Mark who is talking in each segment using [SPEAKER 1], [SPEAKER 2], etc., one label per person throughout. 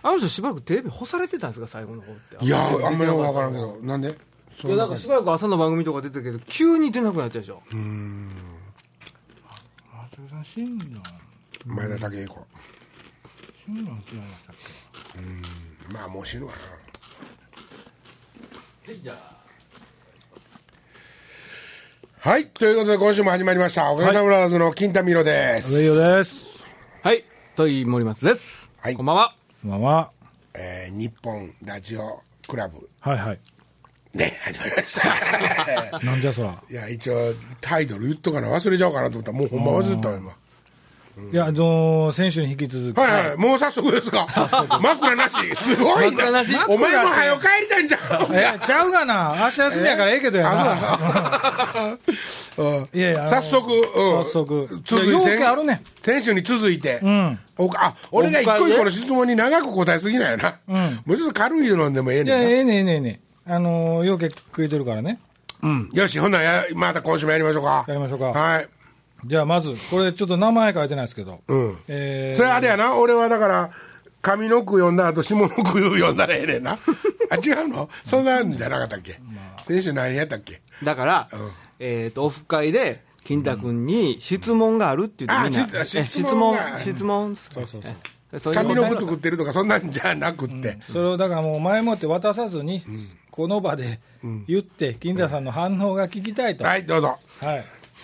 [SPEAKER 1] あの人しばらくテレビ干されてたんですか最後の方って
[SPEAKER 2] いやあんまり分からんけどなんで
[SPEAKER 1] いやなんかしばらく朝の番組とか出てたけど急に出なくなったでしょ
[SPEAKER 3] 松井さん死んだ
[SPEAKER 2] 前田武彦
[SPEAKER 3] 死んだん違いましたっ
[SPEAKER 2] まあもう死ぬわなはいということで今週も始まりました「岡田ブラザーズの金太みろ」です、
[SPEAKER 3] け上与です
[SPEAKER 1] はいとい森松です、
[SPEAKER 2] はい
[SPEAKER 1] こんばんは
[SPEAKER 3] まあま
[SPEAKER 2] えー日本ラジオクラブ
[SPEAKER 3] あはいはい
[SPEAKER 2] ね始まり ました
[SPEAKER 3] なんじゃそら
[SPEAKER 2] いや一応タイトル言っとかな忘れちゃおうかなと思ったらもうほんま忘れたわ今
[SPEAKER 3] いやあのー選手に引き続き、
[SPEAKER 2] はいはい、もう早速ですか。枕なし。すごい
[SPEAKER 1] 枕
[SPEAKER 2] な
[SPEAKER 1] なし。
[SPEAKER 2] お前も早う帰りたいんじゃん。
[SPEAKER 3] えちゃうがな明日休みやからええけどやな、
[SPEAKER 2] あ、そうなのうん
[SPEAKER 3] いやいやあの
[SPEAKER 2] 早速、うん
[SPEAKER 3] 早速
[SPEAKER 2] 続
[SPEAKER 3] い
[SPEAKER 2] い
[SPEAKER 3] や
[SPEAKER 2] て
[SPEAKER 3] 要件あるねん
[SPEAKER 2] 選手に続いて、
[SPEAKER 3] ん
[SPEAKER 2] おあ俺が一個一個の質問に長く答えすぎないよな、
[SPEAKER 3] ん
[SPEAKER 2] もうちょっと軽いのでもええ
[SPEAKER 3] いや
[SPEAKER 2] ねん
[SPEAKER 3] ええねんええねんええねんあのー、要件食えてるからね
[SPEAKER 2] なよしほんならやまた今週もやりましょうか
[SPEAKER 3] やりましょうか
[SPEAKER 2] はい、
[SPEAKER 3] じゃあまずこれちょっと名前書いてないですけど、
[SPEAKER 2] うん
[SPEAKER 3] えー
[SPEAKER 2] それあれやな俺はだから上の句読んだ後下の句読んだらええねん なあ違うのそんなんじゃなかったっけ、選手何やったっけ
[SPEAKER 1] だから、
[SPEAKER 2] うん
[SPEAKER 1] えっ、とオフ会で金太君に質問があるって言ってみんな、
[SPEAKER 2] うんあ質
[SPEAKER 1] え
[SPEAKER 2] 質
[SPEAKER 1] 質
[SPEAKER 2] 問
[SPEAKER 1] 問
[SPEAKER 2] が
[SPEAKER 1] 質問そう
[SPEAKER 3] そうそう
[SPEAKER 1] そういう
[SPEAKER 2] 紙の
[SPEAKER 1] の
[SPEAKER 2] 具作ってるとかそんなんじゃなくって、
[SPEAKER 3] それをだからもう前もって渡さずに、この場で言って、金田さんの反応が聞きたいと、は
[SPEAKER 2] はいどうぞ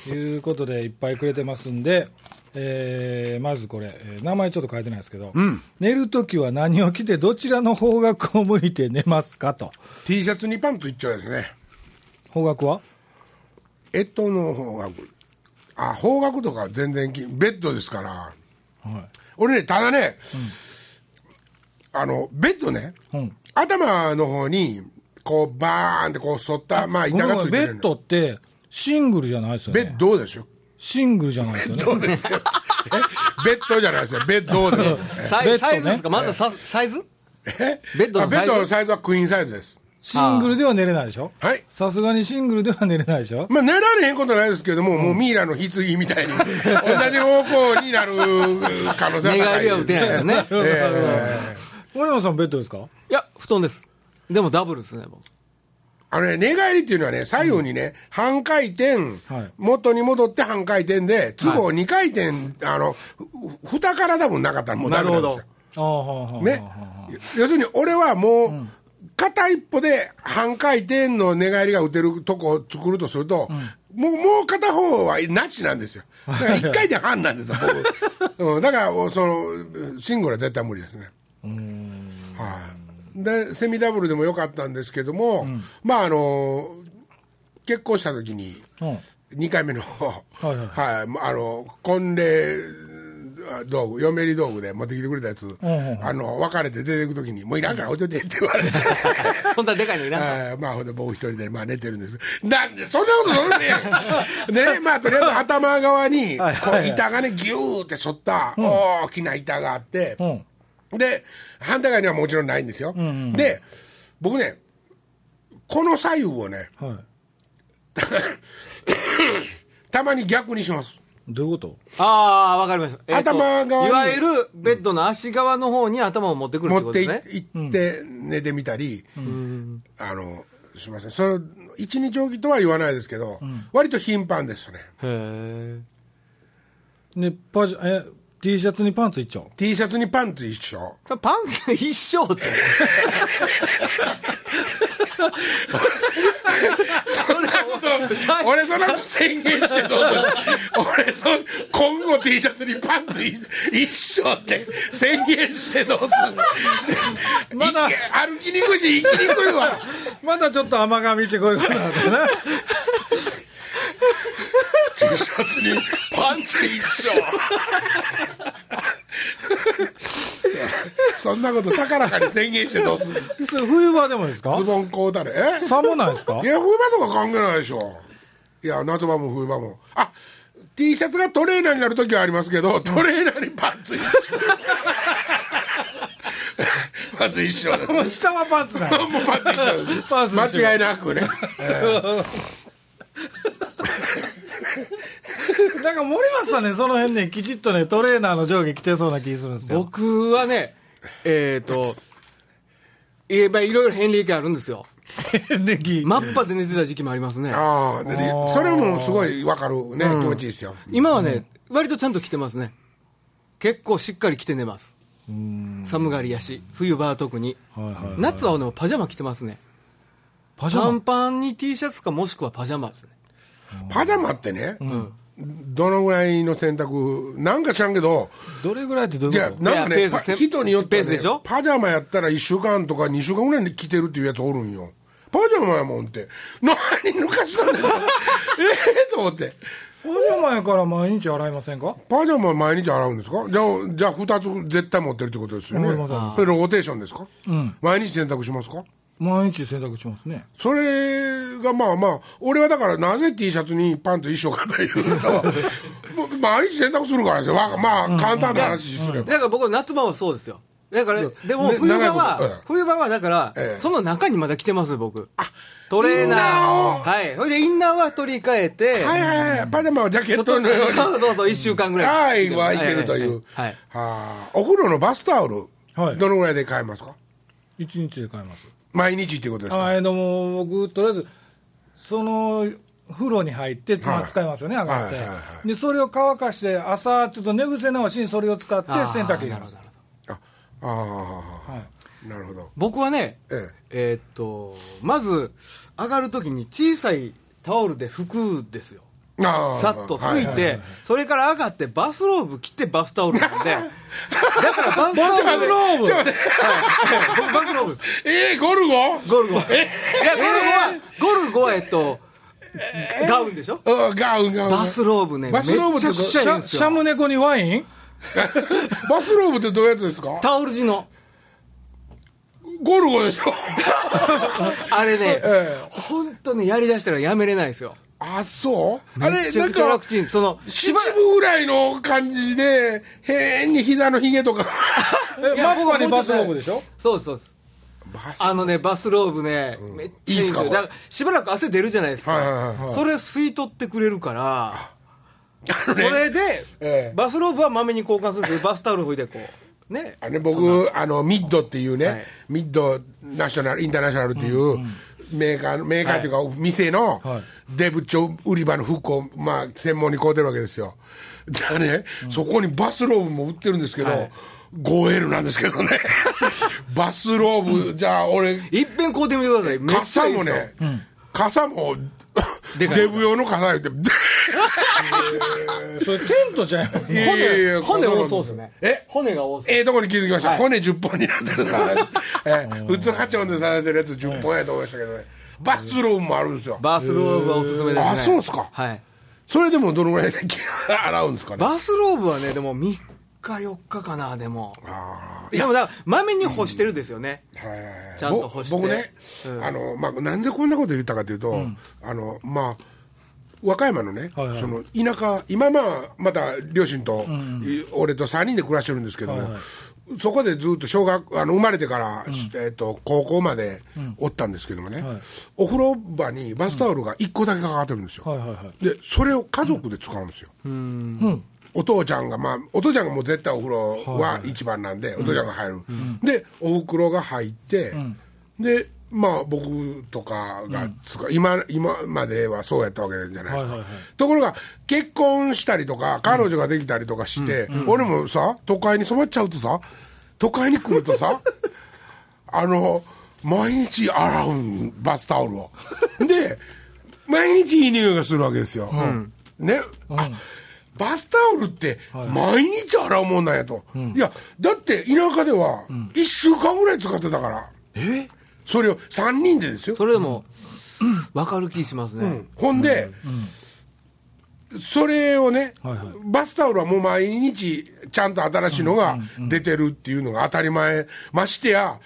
[SPEAKER 3] い、いうことでいっぱいくれてますんで、えーまずこれ、えー名前ちょっと書いてないですけど、寝るときは何を着て、どちらの方角を向いて寝ますかと、
[SPEAKER 2] T シャツにパンツ一丁ですね
[SPEAKER 3] 方角は
[SPEAKER 2] えっとの方角あ方角とかは全然きベッドですから
[SPEAKER 3] は
[SPEAKER 2] 俺ねただね、あのベッドね
[SPEAKER 3] い、うん、
[SPEAKER 2] 頭の方にこうバーンってこう反ったまあ
[SPEAKER 3] ごめ
[SPEAKER 2] 板
[SPEAKER 3] んご
[SPEAKER 2] がつ
[SPEAKER 3] め
[SPEAKER 2] いて
[SPEAKER 3] んベ
[SPEAKER 2] る
[SPEAKER 3] ッドって、シングルじゃないですよ
[SPEAKER 2] ベ
[SPEAKER 3] ね
[SPEAKER 2] ッ、ドですよ
[SPEAKER 3] シングルじゃないですよね、
[SPEAKER 2] どうですよえベッドじゃないですよベッドです
[SPEAKER 1] サイ
[SPEAKER 3] ベッドね
[SPEAKER 1] サイズですかまずササイズ
[SPEAKER 2] え
[SPEAKER 1] ベッド
[SPEAKER 2] あ
[SPEAKER 1] の
[SPEAKER 2] ベ
[SPEAKER 1] サ
[SPEAKER 2] ッ
[SPEAKER 1] イズ
[SPEAKER 2] ドのサイズはクイーンサイズです
[SPEAKER 3] シングルでは寝れないでしょ、
[SPEAKER 2] はい
[SPEAKER 3] さすがにシングルでは寝れないでしょ。
[SPEAKER 2] まあ、寝られへんことないですけども、もうミイラの棺みたいに、 同じ方向になる 可能性は
[SPEAKER 1] 寝
[SPEAKER 2] 高
[SPEAKER 1] 返
[SPEAKER 2] い
[SPEAKER 1] りは打てないよ ね
[SPEAKER 2] ええ
[SPEAKER 3] 森山さん、ベッドですか
[SPEAKER 1] いや布団ですでもダブルですね僕
[SPEAKER 2] あのね、寝返りっていうのはね、左右にね、半回転、
[SPEAKER 3] はい
[SPEAKER 2] 元に戻って半回転で、都合2回転、あの、ふ蓋から多分なかったらもうダメなんですよ。
[SPEAKER 3] ああ、はあはあ
[SPEAKER 2] ね
[SPEAKER 3] はあはあ。
[SPEAKER 2] 要するに俺はもう、片一歩で半回転の寝返りが打てるとこを作るとすると、もう、もう片方はなしなん ですよ。だから一回で半なんですよ、 僕。うん、だから、その、シングルは絶対無理ですね。はい。で、セミダブルでも良かったんですけども、まあ、あの、結婚した時に、
[SPEAKER 3] うん
[SPEAKER 2] 2回目の、
[SPEAKER 3] いはい
[SPEAKER 2] はい、あの、婚礼道具、嫁入り道具で持ってきてくれたやつ、
[SPEAKER 3] うん
[SPEAKER 2] あの、別れて出てくときに、もういらんから置いといてって言わ れて、
[SPEAKER 1] そんなでかいのいらんから
[SPEAKER 2] はいまあ、ほんで僕一人で、まあ寝てるんです。なんで、そんなことどうねんで ね、まあ、とりあえず頭側に、こ
[SPEAKER 3] はいはいう
[SPEAKER 2] 板がね、ぎゅーって反った、大きな板があって、
[SPEAKER 3] うん。
[SPEAKER 2] で、反対側にはもちろんないんですよ。
[SPEAKER 3] んうん
[SPEAKER 2] で、僕ね、この左右をね、
[SPEAKER 3] はい。
[SPEAKER 2] たまに逆にします。
[SPEAKER 3] どういうこと
[SPEAKER 1] ああわかりました、えーと
[SPEAKER 2] 頭側に
[SPEAKER 1] いわゆるベッドの足側の方に頭を持ってくるって
[SPEAKER 2] 持
[SPEAKER 1] こと
[SPEAKER 2] って
[SPEAKER 1] で
[SPEAKER 2] い
[SPEAKER 1] すね
[SPEAKER 2] 行って寝てみたり、あのすみませんそれ一日おきとは言わないですけど、割と頻繁ですね
[SPEAKER 1] へえ
[SPEAKER 3] ね、パジャ、え、T シャツにパンツいっちゃう
[SPEAKER 2] T シャツにパンツ一緒
[SPEAKER 1] それパンツ一生って
[SPEAKER 2] そんなこと俺そんなこと宣言してどうぞ俺そ今後 T シャツにパンツ一緒って宣言してどうぞ
[SPEAKER 3] まだ
[SPEAKER 2] いけ歩きにくいし行きにくいわ
[SPEAKER 3] まだちょっと甘噛みしてこういうことなんだな。
[SPEAKER 2] T シャツにパンツ一緒 そんなこと高らかに宣言してどう すんの
[SPEAKER 3] それ冬場でもですか
[SPEAKER 2] ズボンこうだれえ
[SPEAKER 3] 寒ないですか
[SPEAKER 2] いや冬場とか関係ないでしょいや夏場も冬場もあ T シャツがトレーナーになる時はありますけどトレーナーにパンツ一緒 パンツ一緒だ
[SPEAKER 3] もう下はパンツなの。
[SPEAKER 2] もうパンツ一緒です
[SPEAKER 3] パンツ一緒
[SPEAKER 2] 間違いなくね
[SPEAKER 3] なんか森松さんね、その辺ね、きちっとね、トレーナーの上下着てそうな気するんですよ。
[SPEAKER 1] 僕はねえっ、と、言えばいろいろ変歴あるんですよ。
[SPEAKER 3] ネギ。
[SPEAKER 1] マッパで寝てた時期もありますね。
[SPEAKER 2] ああ、でそれもすごいわかるね、気持ちいいですよ。
[SPEAKER 1] 今はね、割とちゃんと着てますね。結構しっかり着て寝ます。寒がりやし、冬場は特に。
[SPEAKER 3] はいはいはい
[SPEAKER 1] 夏はあのパジャマ着てますね。
[SPEAKER 3] パジャマ
[SPEAKER 1] 短パンに T シャツかもしくはパジャマですね。
[SPEAKER 2] パジャマってね、どのぐらいの選択、なんか知らんけど、
[SPEAKER 3] どれぐらいってどう
[SPEAKER 2] い
[SPEAKER 3] いう
[SPEAKER 2] や
[SPEAKER 3] こ、と
[SPEAKER 2] なんか
[SPEAKER 1] い
[SPEAKER 2] ね、
[SPEAKER 1] やペー
[SPEAKER 2] パ
[SPEAKER 1] スせん
[SPEAKER 2] 人によって、
[SPEAKER 1] ペー
[SPEAKER 2] ね
[SPEAKER 1] スでしょ、
[SPEAKER 2] パジャマやったら1週間とか2週間ぐらいに着てるっていうやつおるんよ。パジャマやもんって。何抜かした んだよ。ええと思って。
[SPEAKER 3] パジャマやから毎日洗いませんか
[SPEAKER 2] パジャマ毎日洗うんですかじゃあ、じゃあ2つ絶対持ってるってことですよね
[SPEAKER 3] 持ってま。
[SPEAKER 2] それローテーションですか、毎日洗濯しますか
[SPEAKER 3] 毎日洗濯しますね。
[SPEAKER 2] それがまあまあ、俺はだからなぜ T シャツにパンツ一緒かというと、もう毎日洗濯するからですよ。わまあ、簡単な話すれば。
[SPEAKER 1] だから僕は夏場はそうですよ。だから、でも
[SPEAKER 2] ね
[SPEAKER 1] 冬場
[SPEAKER 2] 長いことうん
[SPEAKER 1] は、冬場はだから
[SPEAKER 2] ええ、
[SPEAKER 1] その中にまだ着てます、僕。トレーナーを。はい。それでインナーは取り替えて、
[SPEAKER 2] はいはいはい。パジャマはジャケットのように。
[SPEAKER 1] そうそうそう、1週間ぐら。
[SPEAKER 2] はいい、はいけるという。
[SPEAKER 1] はいはい。
[SPEAKER 2] はあお風呂のバスタオル、
[SPEAKER 3] はい
[SPEAKER 2] どのぐらいで買えますか
[SPEAKER 3] 一日で買えます。
[SPEAKER 2] 毎日っていうことですか
[SPEAKER 3] あえども僕とりあえずその風呂に入って、まあ
[SPEAKER 2] はい
[SPEAKER 3] 使いますよね上がって、
[SPEAKER 2] はいはいは
[SPEAKER 3] でそれを乾かして朝ちょっと寝癖直しにそれを使って
[SPEAKER 1] あー
[SPEAKER 3] 洗濯機入れます
[SPEAKER 1] なるほどなるほど
[SPEAKER 2] ああ
[SPEAKER 3] はい
[SPEAKER 2] ー、なるほど。
[SPEAKER 1] 僕はね、
[SPEAKER 2] え
[SPEAKER 1] え
[SPEAKER 2] え
[SPEAKER 1] ーっと、まず、上がるときに小さいタオルで拭くですよ。
[SPEAKER 2] あー
[SPEAKER 1] さっと
[SPEAKER 2] は
[SPEAKER 1] 拭い
[SPEAKER 2] は
[SPEAKER 1] て、それから上がってバスローブ着てバスタオルなんで、だからバス
[SPEAKER 3] バス
[SPEAKER 1] タオル。
[SPEAKER 3] ローブ
[SPEAKER 2] ちょっと待って
[SPEAKER 1] はい僕バスローブです。
[SPEAKER 2] えー、ゴルゴ
[SPEAKER 1] ゴルゴ。いや、ゴルゴは、ゴルゴは、えっと、ガウンでしょ
[SPEAKER 2] うんガウンガウン。
[SPEAKER 1] バスローブね、め
[SPEAKER 2] バ
[SPEAKER 1] っ
[SPEAKER 2] スローブって
[SPEAKER 1] ちゃくちゃいいんです
[SPEAKER 3] シャ
[SPEAKER 1] よ。
[SPEAKER 3] ムネコにワイン
[SPEAKER 2] バスローブってどういうやつですか
[SPEAKER 1] タオル地の。
[SPEAKER 2] ゴルゴでしょ
[SPEAKER 1] あれね
[SPEAKER 2] え、
[SPEAKER 1] 本当ね、やりだしたらやめれないですよ。
[SPEAKER 2] あ、そうあ
[SPEAKER 1] め
[SPEAKER 2] れ、
[SPEAKER 1] ちゃ
[SPEAKER 2] な
[SPEAKER 1] く
[SPEAKER 2] ん
[SPEAKER 1] ちゃ
[SPEAKER 2] か
[SPEAKER 1] 楽、ちん。その、し
[SPEAKER 2] 七
[SPEAKER 1] ば
[SPEAKER 2] 分ぐらいの感じで、変に膝のひ げとか。
[SPEAKER 3] え
[SPEAKER 1] いや
[SPEAKER 3] マッパに
[SPEAKER 1] 僕は
[SPEAKER 3] バスローブでしょ
[SPEAKER 1] そうですそうです。
[SPEAKER 2] バス
[SPEAKER 1] あのね、バスローブね、めっちゃいいんです
[SPEAKER 2] いい
[SPEAKER 1] よ。
[SPEAKER 2] っすか
[SPEAKER 1] だから、しばらく汗出るじゃないです
[SPEAKER 2] はいはい
[SPEAKER 1] か。
[SPEAKER 2] はい。
[SPEAKER 1] それ吸い取ってくれるから、
[SPEAKER 2] あの
[SPEAKER 1] そ
[SPEAKER 2] ね
[SPEAKER 1] れで、
[SPEAKER 2] ええ
[SPEAKER 1] バスローブはまめに交換するんですけどバスタオル拭いてこう。ね。
[SPEAKER 2] あれ僕あのミッドっていうね、
[SPEAKER 1] はい
[SPEAKER 2] ミッドナショナルインターナショナルっていう、メーカーのメーカーっていうか、店の
[SPEAKER 3] は
[SPEAKER 2] デブ町売り場の服を、まあ、専門に買うてるわけですよじゃあね、そこにバスローブも売ってるんですけど、
[SPEAKER 1] はい
[SPEAKER 2] 5L なんですけ どねバスローブじゃあ俺
[SPEAKER 1] いっぺんこうてみてください。めっちゃ
[SPEAKER 2] 傘
[SPEAKER 1] いいで
[SPEAKER 2] も
[SPEAKER 1] すよ。
[SPEAKER 2] ね、傘も
[SPEAKER 1] でかい
[SPEAKER 2] デブ用の傘言って
[SPEAKER 3] それテントじゃ ん
[SPEAKER 2] いやいやいや
[SPEAKER 1] 骨
[SPEAKER 2] 傘なん
[SPEAKER 1] 多そうですね。
[SPEAKER 2] え
[SPEAKER 1] 骨が多そう。
[SPEAKER 2] ええとこに気づきました、
[SPEAKER 1] はい
[SPEAKER 2] 骨10本になってるから、ええ普通8本でされてるやつ10本やと思いましたけどね、バスローブもあるんですよ、
[SPEAKER 1] バスローブはおすすめですね。
[SPEAKER 2] あそうっすか
[SPEAKER 1] はい。
[SPEAKER 2] それでもどのぐらいで洗うんですかね、
[SPEAKER 1] バスローブはね、でも3日4日かな、でも。
[SPEAKER 2] あ
[SPEAKER 1] でもだから、まめに干してるですよね。
[SPEAKER 2] ーはいはいはい
[SPEAKER 1] ちゃんと干して
[SPEAKER 2] ぼ僕ね、
[SPEAKER 1] うん
[SPEAKER 2] あのまあ、なんでこんなこと言ったかというと、あのまあ、和歌山のね、
[SPEAKER 3] はいはい
[SPEAKER 2] その田舎、今、まあ、また両親と、い俺と3人で暮らしてるんですけども、
[SPEAKER 3] はいはい
[SPEAKER 2] そこでずっと小学あの生まれてから、えっと高校までおったんですけどもね、
[SPEAKER 3] はい
[SPEAKER 2] お風呂場にバスタオルが1個だけかかってるんですよ、
[SPEAKER 3] はいはいはい
[SPEAKER 2] でそれを家族で使うんですよ。
[SPEAKER 3] うん
[SPEAKER 2] お父ちゃんが、まあ、お父ちゃんがもう絶対お風呂は一番なんで、お父ちゃんが入る、でおふくろが入って、でまあ僕とかがつか、今今まではそうやったわけじゃないですか、
[SPEAKER 3] はいはいはい
[SPEAKER 2] ところが結婚したりとか彼女ができたりとかして、俺もさ都会に染まっちゃうとさ都会に来るとさあの毎日洗うんバスタオルをで 毎日いい匂いがするわけですよ、ね、あバスタオルって毎日洗うもんなんやと、いやだって田舎では1週間ぐらい使ってたから、
[SPEAKER 3] え
[SPEAKER 2] それを3人でですよ
[SPEAKER 1] それでも、わかる気しますね。
[SPEAKER 2] ほんで、それをね、
[SPEAKER 3] はいはい
[SPEAKER 2] バスタオルはもう毎日ちゃんと新しいのが出てるっていうのが当たり前ましてや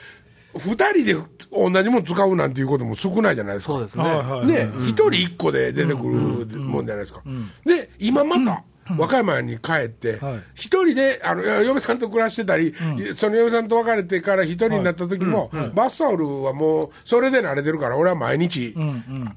[SPEAKER 2] 2人で同じもの使うなんていうことも少ないじゃないですか
[SPEAKER 1] そうです
[SPEAKER 3] はい
[SPEAKER 1] ね。
[SPEAKER 3] はい
[SPEAKER 2] ね1人1個で出てくるもんじゃないですか、で今また和歌山に帰って
[SPEAKER 3] はい
[SPEAKER 2] 一人であのいや嫁さんと暮らしてたり、その嫁さんと別れてから一人になった時も、バスタオルはもうそれで慣れてるから俺は毎日
[SPEAKER 3] うんうん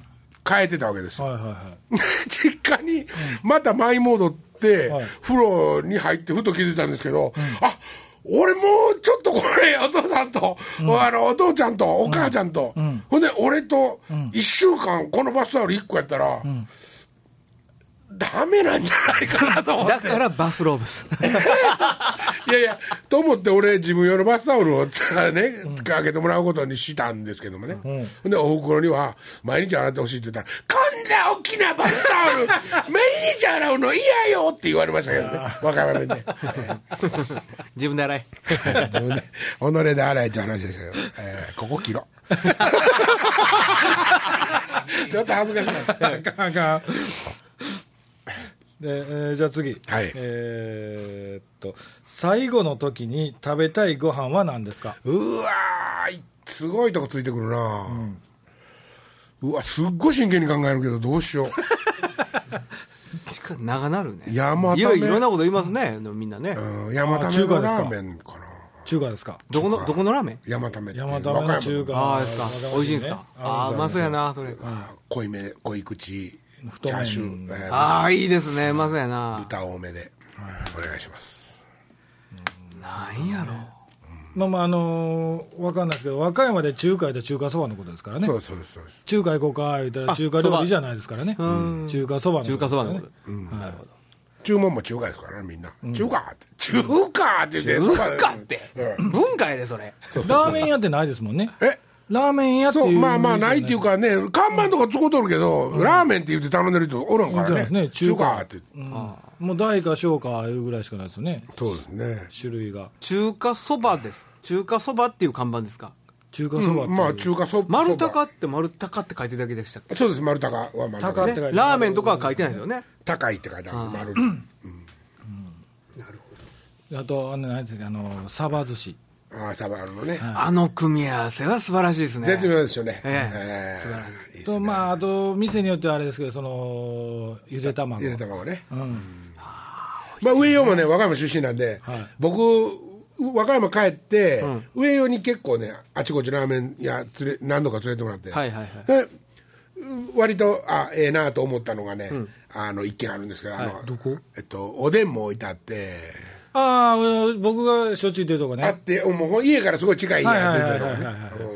[SPEAKER 2] 変えてたわけですよ
[SPEAKER 3] はいはいは
[SPEAKER 2] 実家にまた舞い戻って、
[SPEAKER 3] はい
[SPEAKER 2] 風呂に入ってふと気づいたんですけど、あ俺もうちょっとこれ、 お父さんと、あの、お父ちゃんと、お母ちゃんと、ほんで、俺と、1週間、このバスタオル1個やったら、ダメなんじゃないかなと思って。
[SPEAKER 1] だからバスローブス。
[SPEAKER 2] いやいや、と思って俺、自分用のバスタオルをね、かけてもらうことにしたんですけどもね。ほんで、お袋には、毎日洗ってほしいって言ったら、こんな大きなバスタオ ル、毎日洗うの嫌よって言われましたけどね。わからないね。
[SPEAKER 1] 自分で洗い。
[SPEAKER 2] 自分で、己で洗えって話でしたけど、えーここ切ろ。 ちょっと恥ずかしかった。
[SPEAKER 3] あかんあかんで、えーじゃあ次、
[SPEAKER 2] はい
[SPEAKER 3] えーっと最後の時に食べたいご飯は何ですか
[SPEAKER 2] うわーいすごいとこついてくるな、うわすっごい真剣に考えるけどどうしよう
[SPEAKER 1] 近く長なるね。
[SPEAKER 2] 山田
[SPEAKER 1] い
[SPEAKER 2] ね
[SPEAKER 1] ろいろなこと言いますね、でもみんなね。
[SPEAKER 2] うん山田
[SPEAKER 3] あ
[SPEAKER 2] 麺の
[SPEAKER 3] 中華です
[SPEAKER 2] ラ
[SPEAKER 3] か
[SPEAKER 2] ーメンかな
[SPEAKER 3] 中華ですか
[SPEAKER 1] どこの、どこのラーメン
[SPEAKER 2] 山田麺っていう
[SPEAKER 3] 山田
[SPEAKER 2] 和歌
[SPEAKER 3] の
[SPEAKER 2] 山
[SPEAKER 3] 中華
[SPEAKER 1] ああ、ですか。美味しいんですか。ああ、うまそうやな、それ。
[SPEAKER 2] あ濃いめ濃い口
[SPEAKER 3] 太
[SPEAKER 2] チャ
[SPEAKER 3] 麺
[SPEAKER 2] ーシュー、えー
[SPEAKER 1] ああ、いいですね、うまそうやな。
[SPEAKER 2] 豚多めでお願いします
[SPEAKER 1] なんやろ。
[SPEAKER 3] まあまああのー、わかんないですけど和歌山で中華やったら中華そばのことですからね
[SPEAKER 2] そうそうそうそう
[SPEAKER 3] 中華行こうか言うたら
[SPEAKER 1] あ
[SPEAKER 3] 中華料理じゃないですからね中華そばのこと
[SPEAKER 1] 中華そばのこ
[SPEAKER 3] です
[SPEAKER 1] と
[SPEAKER 3] か。
[SPEAKER 2] 注文も中華ですからねみんな、中華って中華って言って
[SPEAKER 1] 中華って
[SPEAKER 2] うん
[SPEAKER 1] 文化やで、それ。
[SPEAKER 3] らねラーメン屋ってないですもんね
[SPEAKER 2] え
[SPEAKER 3] ラーメン屋っていう
[SPEAKER 2] そうまあまあないっていうかね看板とかつこうとるけど、ラーメンって言って頼んでる人おるんから
[SPEAKER 3] そう
[SPEAKER 2] ね
[SPEAKER 3] ですね
[SPEAKER 2] 中
[SPEAKER 3] 中華
[SPEAKER 2] 華って
[SPEAKER 3] もう大か小かいうぐらいしかないですよね
[SPEAKER 2] そうですね
[SPEAKER 3] 種類が
[SPEAKER 1] 中華そばです。中華そばっていう看板ですか。
[SPEAKER 3] 中華そばっていう、
[SPEAKER 2] まあ中華そば
[SPEAKER 1] 丸高って丸高って書いてるだけでしたっけ
[SPEAKER 2] そうです丸高は丸高
[SPEAKER 3] 高
[SPEAKER 2] ね
[SPEAKER 3] って書いてある
[SPEAKER 1] ラーメンとかは書いてないですよね。
[SPEAKER 2] 高いって書いてある丸
[SPEAKER 3] あとあの何ですかあのサバ寿司
[SPEAKER 2] ああサバあるのね
[SPEAKER 1] あの組み合わせは素晴らしいですね。
[SPEAKER 2] 絶妙ですよね
[SPEAKER 1] え
[SPEAKER 2] ええいいです
[SPEAKER 3] と
[SPEAKER 2] ね
[SPEAKER 3] まああと店によってはあれですけどそのゆで卵
[SPEAKER 2] ゆで卵ねまあ上用もね和歌山出身なんで僕和歌山帰って上用に結構ねあちこちラーメン屋連れ何度か連れてもらって
[SPEAKER 1] はいはいはい。
[SPEAKER 2] で割とあええなと思ったのがね、あの一軒あるんですけど、あのえっと、おでんも置いてあって、
[SPEAKER 3] ああ僕がしょっちゅう行ってるとこ
[SPEAKER 2] あ
[SPEAKER 3] ね
[SPEAKER 2] ってもう家からすごい近い家やってたとこ
[SPEAKER 3] はい
[SPEAKER 2] ね
[SPEAKER 3] はいはいはいはい
[SPEAKER 2] うん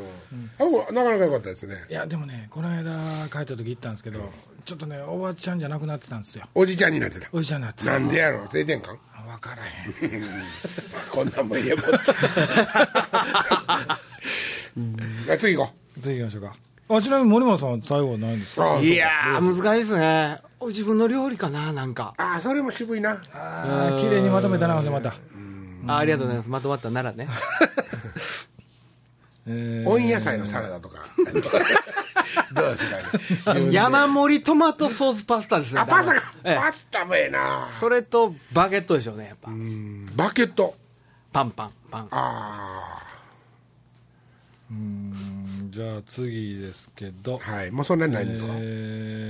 [SPEAKER 2] あなかなか良かったですね
[SPEAKER 3] いやでもねこの間帰った時行ったんですけど、ちょっとねおばちゃんじゃなくなってたんですよ
[SPEAKER 2] おじちゃんになってた
[SPEAKER 3] おじちゃんになって
[SPEAKER 2] なんでやろう静電感
[SPEAKER 3] 分からへん
[SPEAKER 2] こんなんも言えもってあ次行こ
[SPEAKER 3] 次行きましょうかあちなみに森本さんは最後はないんです
[SPEAKER 2] う
[SPEAKER 3] か
[SPEAKER 2] ああ
[SPEAKER 1] いやー、難しいですね。お自分の料理かな、なんか。
[SPEAKER 2] ああそれも渋いな
[SPEAKER 3] あー綺麗にまとめたなほんでまた
[SPEAKER 1] あありがとうございます。まとまったならね。
[SPEAKER 3] えー
[SPEAKER 2] 温野菜のサラダとかどうですかね自分で
[SPEAKER 1] 山盛りトマトソースパスタですね。
[SPEAKER 2] あパスタか、
[SPEAKER 1] ええ
[SPEAKER 2] パスタもええな
[SPEAKER 1] それとバゲットでしょうね、やっぱ。
[SPEAKER 2] バケット
[SPEAKER 1] パンパン、パン。
[SPEAKER 2] あ
[SPEAKER 3] じゃあ次ですけど
[SPEAKER 2] あはいもうそんなにないんですか、
[SPEAKER 3] え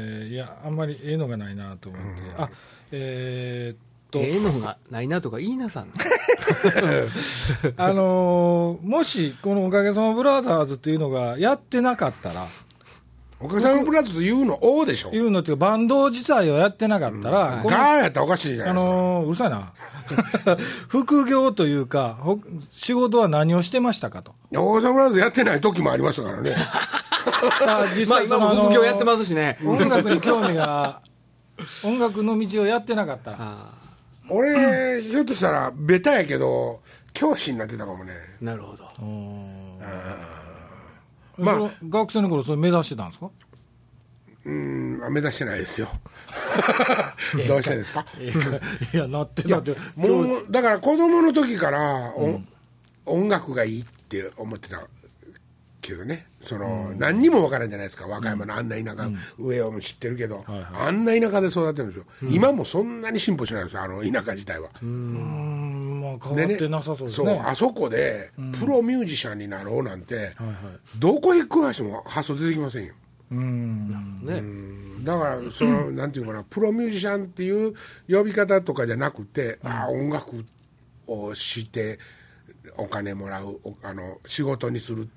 [SPEAKER 3] ーいやあんまりええのがないなと思って、あえーっと、
[SPEAKER 1] ええのがないなとか言いなさん。
[SPEAKER 3] あのーもしこの「おかげさまブラザーズ」っていうのがやってなかったら
[SPEAKER 2] おかげさまブラザーズと言うの「お」でしょ
[SPEAKER 3] いうのっていうかバンド自体をやってなかったら、
[SPEAKER 2] 「
[SPEAKER 3] この
[SPEAKER 2] が」やったらおかしいじゃな
[SPEAKER 3] あ
[SPEAKER 2] いですか、
[SPEAKER 3] のーうるさいな 副業というかほ仕事は何をしてましたかと
[SPEAKER 2] おかげさまブラザーズやってない時もありましたからね
[SPEAKER 3] あ実
[SPEAKER 1] まあ今
[SPEAKER 3] その
[SPEAKER 1] も副業やって
[SPEAKER 3] あ
[SPEAKER 1] ますしね。
[SPEAKER 3] のー音楽に興味が 音楽の道をやってなかったら
[SPEAKER 1] あ
[SPEAKER 2] 俺ひょっとしたらベタやけど教師になってたかもね
[SPEAKER 1] あ、なるほど。
[SPEAKER 2] まあ
[SPEAKER 3] その学生の頃それ目指してたんですか
[SPEAKER 2] うんあ目指してないですよどうしてですか
[SPEAKER 3] いやなってたって
[SPEAKER 2] もうだから子供の時からお音楽がいいって思ってたけどねその、何にも分からんじゃないですか和歌山のあんな田舎、上を知ってるけど、あんな田舎で育ってるんですよ、今もそんなに進歩しないんですよあの田舎自体は、
[SPEAKER 3] うんまあ変
[SPEAKER 2] で
[SPEAKER 3] わってなさそうです
[SPEAKER 2] そう
[SPEAKER 3] ね
[SPEAKER 2] あそこでプロミュージシャンになろうなんて、どこへ食わしても発想出てきませんよ
[SPEAKER 3] うん
[SPEAKER 1] ね。
[SPEAKER 2] だからそ のなんていうかなプロミュージシャンっていう呼び方とかじゃなくて、ああ音楽をしてお金もらうおあの仕事にするっ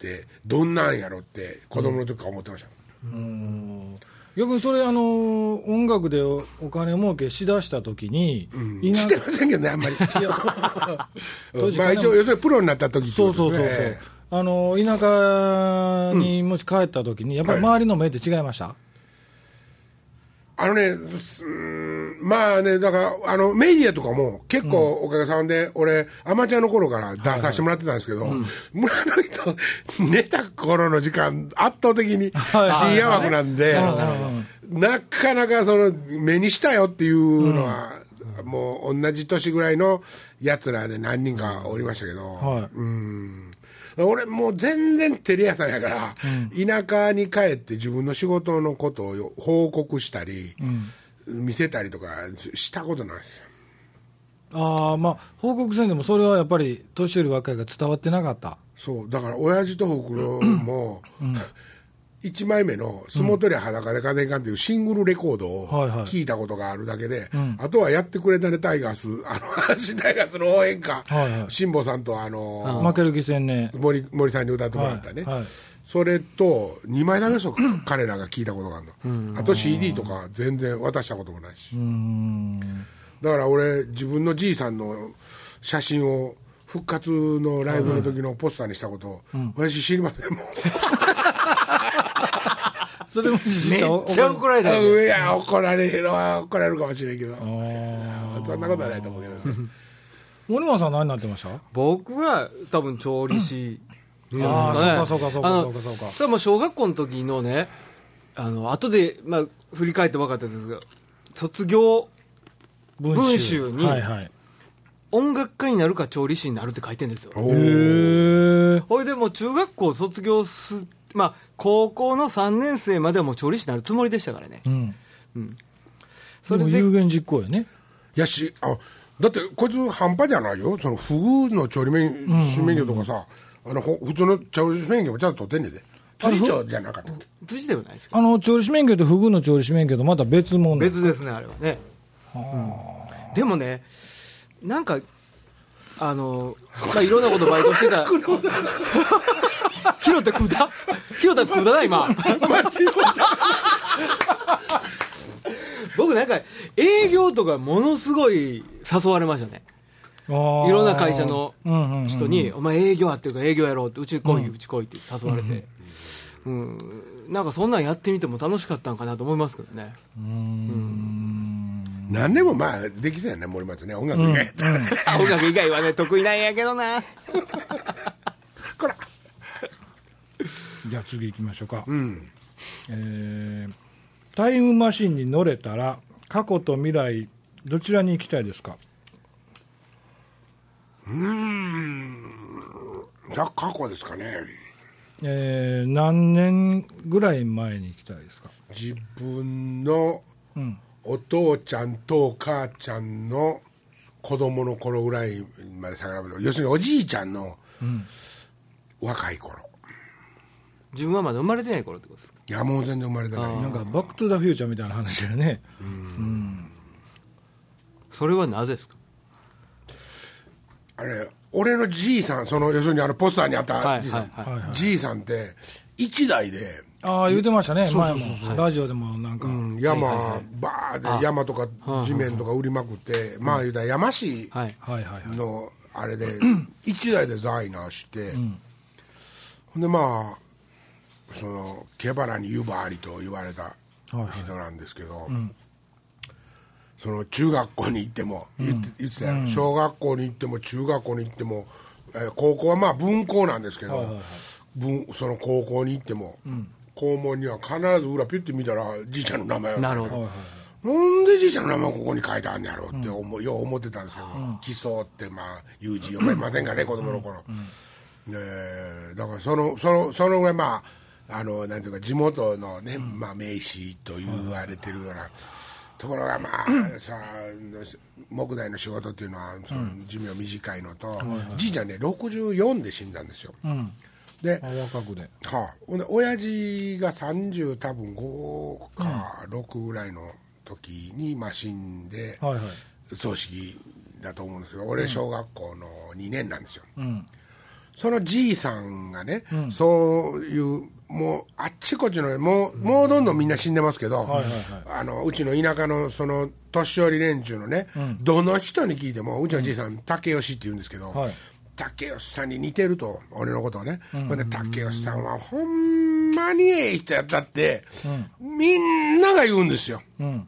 [SPEAKER 2] てどんなんやろって子供の時から思ってました、
[SPEAKER 3] うん逆にそれ、あのー音楽でおお金儲けしだしたときに、いな
[SPEAKER 2] してませんけどね、あんまり。
[SPEAKER 3] いや 当時
[SPEAKER 2] まあ一応、要するにプロになった時って
[SPEAKER 3] そ
[SPEAKER 2] こ
[SPEAKER 3] うそ
[SPEAKER 2] とで
[SPEAKER 3] うそ
[SPEAKER 2] す
[SPEAKER 3] う
[SPEAKER 2] ね
[SPEAKER 3] そう、あのー田舎にもし帰ったときに、やっぱり周りの目って違いました、
[SPEAKER 2] あのね、うーんまあね、だから、あの、メディアとかも結構おかげさんで、俺、アマチュアの頃から出させてもらってたんですけど、村の人、寝た頃の時間、圧倒的に
[SPEAKER 3] はい
[SPEAKER 2] 深夜枠なんで
[SPEAKER 3] なるほどなるほ、
[SPEAKER 2] なかなかその、目にしたよっていうのは、もう同じ年ぐらいの奴らで何人かおりましたけど、
[SPEAKER 3] はい
[SPEAKER 2] うん俺もう全然テレ屋さんやから、田舎に帰って自分の仕事のことを報告したり、見せたりとかしたことないですよ
[SPEAKER 3] あーまあ、報告せんでも、それはやっぱり、年寄り若いが伝わってなかった、
[SPEAKER 2] そうだから親父とほくろも、1枚目の「相撲取り裸で風にかん」っていうシングルレコードを
[SPEAKER 3] はいはい
[SPEAKER 2] 聞いたことがあるだけで、あとはやってくれたねタイガースあの阪神タイガースの応援歌、
[SPEAKER 3] はいはい
[SPEAKER 2] 辛坊さんとあの
[SPEAKER 3] 負ける気せんね、
[SPEAKER 2] 森森さんに歌ってもらったね、
[SPEAKER 3] はいはい
[SPEAKER 2] それと2枚だけそう 彼らが聞いたことがあるの、あと CD とか全然渡したこともないし、だから俺自分のじいさんの写真を復活のライブの時のポスターにしたこと、私知りませんもん
[SPEAKER 3] それも知
[SPEAKER 1] め
[SPEAKER 3] ったお
[SPEAKER 1] っちゃ怒られたよね、
[SPEAKER 2] いや怒られるのは怒られるかもしれんけどそんなことはないと思うけど
[SPEAKER 3] 森間さん、何になってました
[SPEAKER 1] 僕は多分調理師じ
[SPEAKER 3] あ
[SPEAKER 1] ゃない
[SPEAKER 3] あ
[SPEAKER 1] です
[SPEAKER 3] そうかそうか
[SPEAKER 1] あ
[SPEAKER 3] そう
[SPEAKER 1] の
[SPEAKER 3] かそうかそうか
[SPEAKER 1] ただもう小学校の時のねあの後で、まあ、振り返って分かったんですけど卒業文集に
[SPEAKER 3] はいはい、へ
[SPEAKER 1] 音楽家になるか調理師になるって書いてるんですよ
[SPEAKER 2] お
[SPEAKER 3] ー
[SPEAKER 1] ほいでもう中学校卒業すまあ高校の3年生まではもう調理師になるつもりでしたからね
[SPEAKER 3] うん、
[SPEAKER 1] それ
[SPEAKER 3] もう
[SPEAKER 1] で
[SPEAKER 3] 有言実行やね、
[SPEAKER 2] やしあだってこいつ半端じゃないよそのフグの調理メニュー新メニューとかさ、あのほ普通の調理メニューもちゃんと取ってんねんで釣り長じゃなかったっけ
[SPEAKER 1] 辻ではないですけど
[SPEAKER 3] あの調理師免許とフグの調理師免許とまた別物なん
[SPEAKER 1] 別ですねあれはね、うんでもねなんかあのまあいろんなことバイトしてた拾って食うた拾ったって食うたな今僕なんか営業とかものすごい誘われましたね
[SPEAKER 3] あー
[SPEAKER 1] いろんな会社の
[SPEAKER 3] うんうんうん
[SPEAKER 1] 人に「お前営業やってるから営業やろう」って「うち来い、うち来い」って誘われて、うんなんかそんなんやってみても楽しかったんかなと思いますけどね
[SPEAKER 2] 何でもまあできそうやね森松ね音楽以外やったら、
[SPEAKER 1] 音楽以外はね得意なんやけどな
[SPEAKER 2] こら
[SPEAKER 3] じゃあ次行きましょうか、
[SPEAKER 2] うん
[SPEAKER 3] えータイムマシンに乗れたら過去と未来どちらに行きたいですか
[SPEAKER 2] じゃあ過去ですかね
[SPEAKER 3] えー何年ぐらい前に行きたいですか
[SPEAKER 2] 自分の
[SPEAKER 3] うん
[SPEAKER 2] お父ちゃんとお母ちゃんの子供の頃ぐらいまで遡る要するにおじいちゃんの若い頃
[SPEAKER 1] 自分はまだ生まれてない頃ってことですか
[SPEAKER 2] いやもう全然生まれてない
[SPEAKER 3] なんかバック・トゥ・ザ・フューチャーみたいな話だよね
[SPEAKER 1] それはなぜですか
[SPEAKER 2] あれ俺のじいさんその要するにあのポスターにあったじいさん、
[SPEAKER 1] はいはい
[SPEAKER 3] はいはい
[SPEAKER 2] じいさんって一代で、
[SPEAKER 3] ああ言ってましたね前もラジオでもなんか、
[SPEAKER 2] うん山、バーで山とか地面とか売りまくって、まあ言うたら山市
[SPEAKER 1] はい
[SPEAKER 3] はいはいはい
[SPEAKER 2] のあれ で一代で財なして、ほんでまあその毛原に湯葉ありと言われた人なんですけど、その中学校に行っても言って,、言ってたやろ小学校に行っても中学校に行っても、えー高校はまあ文校なんですけど、文その高校に行っても、校門には必ず裏ピュッて見たらじいちゃんの名前が書いてあ
[SPEAKER 1] なるほど
[SPEAKER 2] なんでじいちゃんの名前ここに書いてあるんやろうって思う、よう思ってたんですけど、奇想ってまあ有字読めませんからね、子供の頃、えーだからそのそのそのぐらいまああのなんていうか地元のね、まあ、名士と言われてるような、ところが まあさ木材の仕事っていうのはその寿命短いのと、じいちゃんね64で死んだんですよ、
[SPEAKER 3] うん
[SPEAKER 2] で
[SPEAKER 3] あ若くで
[SPEAKER 2] はあ、ほんで親父が30多分5か6ぐらいの時に、まあ、死んで、
[SPEAKER 3] はいはい
[SPEAKER 2] 葬式だと思うんですけど俺小学校の2年なんですよ、
[SPEAKER 3] うん
[SPEAKER 2] そのじいさんがね、そういうもうあっちこっちのもうもうどんどんみんな死んでますけど、
[SPEAKER 3] はいはい
[SPEAKER 2] あのうちの田舎のその年寄り連中のね、どの人に聞いてもうちのじいさん、竹吉って言うんですけど、
[SPEAKER 3] はい
[SPEAKER 2] 竹吉さんに似てると俺のことをね、ほんで竹吉さんはほんまにええ人やったって、みんなが言うんですよ
[SPEAKER 3] うん。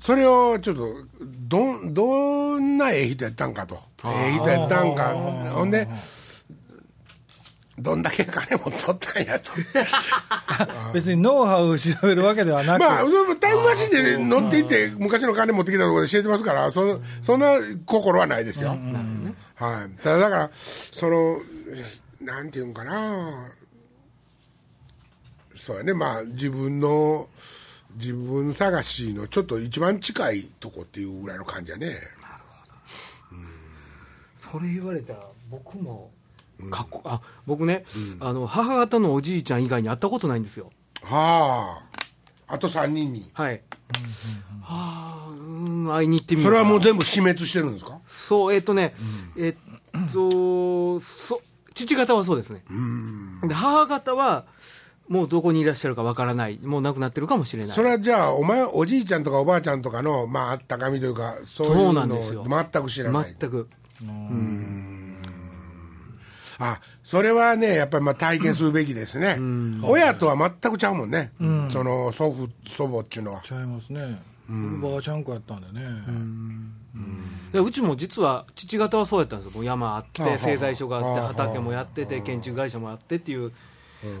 [SPEAKER 2] それをちょっとどんどんなええ人やったんかとええ人やったんかほんでどんだけ金も取ったんやと
[SPEAKER 3] 別にノウハウを調べるわけではなく、
[SPEAKER 2] まあそれもタイムマシンで乗っていって昔の金持ってきたところで教えてますからそそんな心はないですよ、はい、ただだからそのなんていうんかなそうやねまあ自分の自分探しのちょっと一番近いとこっていうぐらいの感じやね
[SPEAKER 1] それ言われたら僕も、かっこあ僕ね、あの母方のおじいちゃん以外に会ったことないんですよ
[SPEAKER 2] はああと3人に
[SPEAKER 1] はい、はあうん会いに行ってみよ
[SPEAKER 2] そうれ
[SPEAKER 1] か
[SPEAKER 2] はもう全部死滅してるんですか
[SPEAKER 1] そうえっ、とね、えっとそ父方はそうですね
[SPEAKER 2] うん
[SPEAKER 1] で母方はもうどこにいらっしゃるかわからないもう亡くなってるかもしれない
[SPEAKER 2] それはじゃあお前おじいちゃんとかおばあちゃんとかのまああったかみというかそうい
[SPEAKER 1] そうう
[SPEAKER 2] の
[SPEAKER 1] な
[SPEAKER 2] を
[SPEAKER 1] んですよ
[SPEAKER 2] 全く知らない
[SPEAKER 1] 全く
[SPEAKER 2] あそれはねやっぱりまあ体験するべきですね、親とは全くちゃうもんね、その祖父祖母っていうのは
[SPEAKER 3] ちゃいますね。僕ばあちゃんこやったんでね。
[SPEAKER 1] でうちも実は父方はそうやったんですよもう山あっ
[SPEAKER 2] あは
[SPEAKER 1] て
[SPEAKER 2] あ
[SPEAKER 1] 製材所があって
[SPEAKER 2] あはあ
[SPEAKER 1] 畑もやってて建築会社もやってっていう、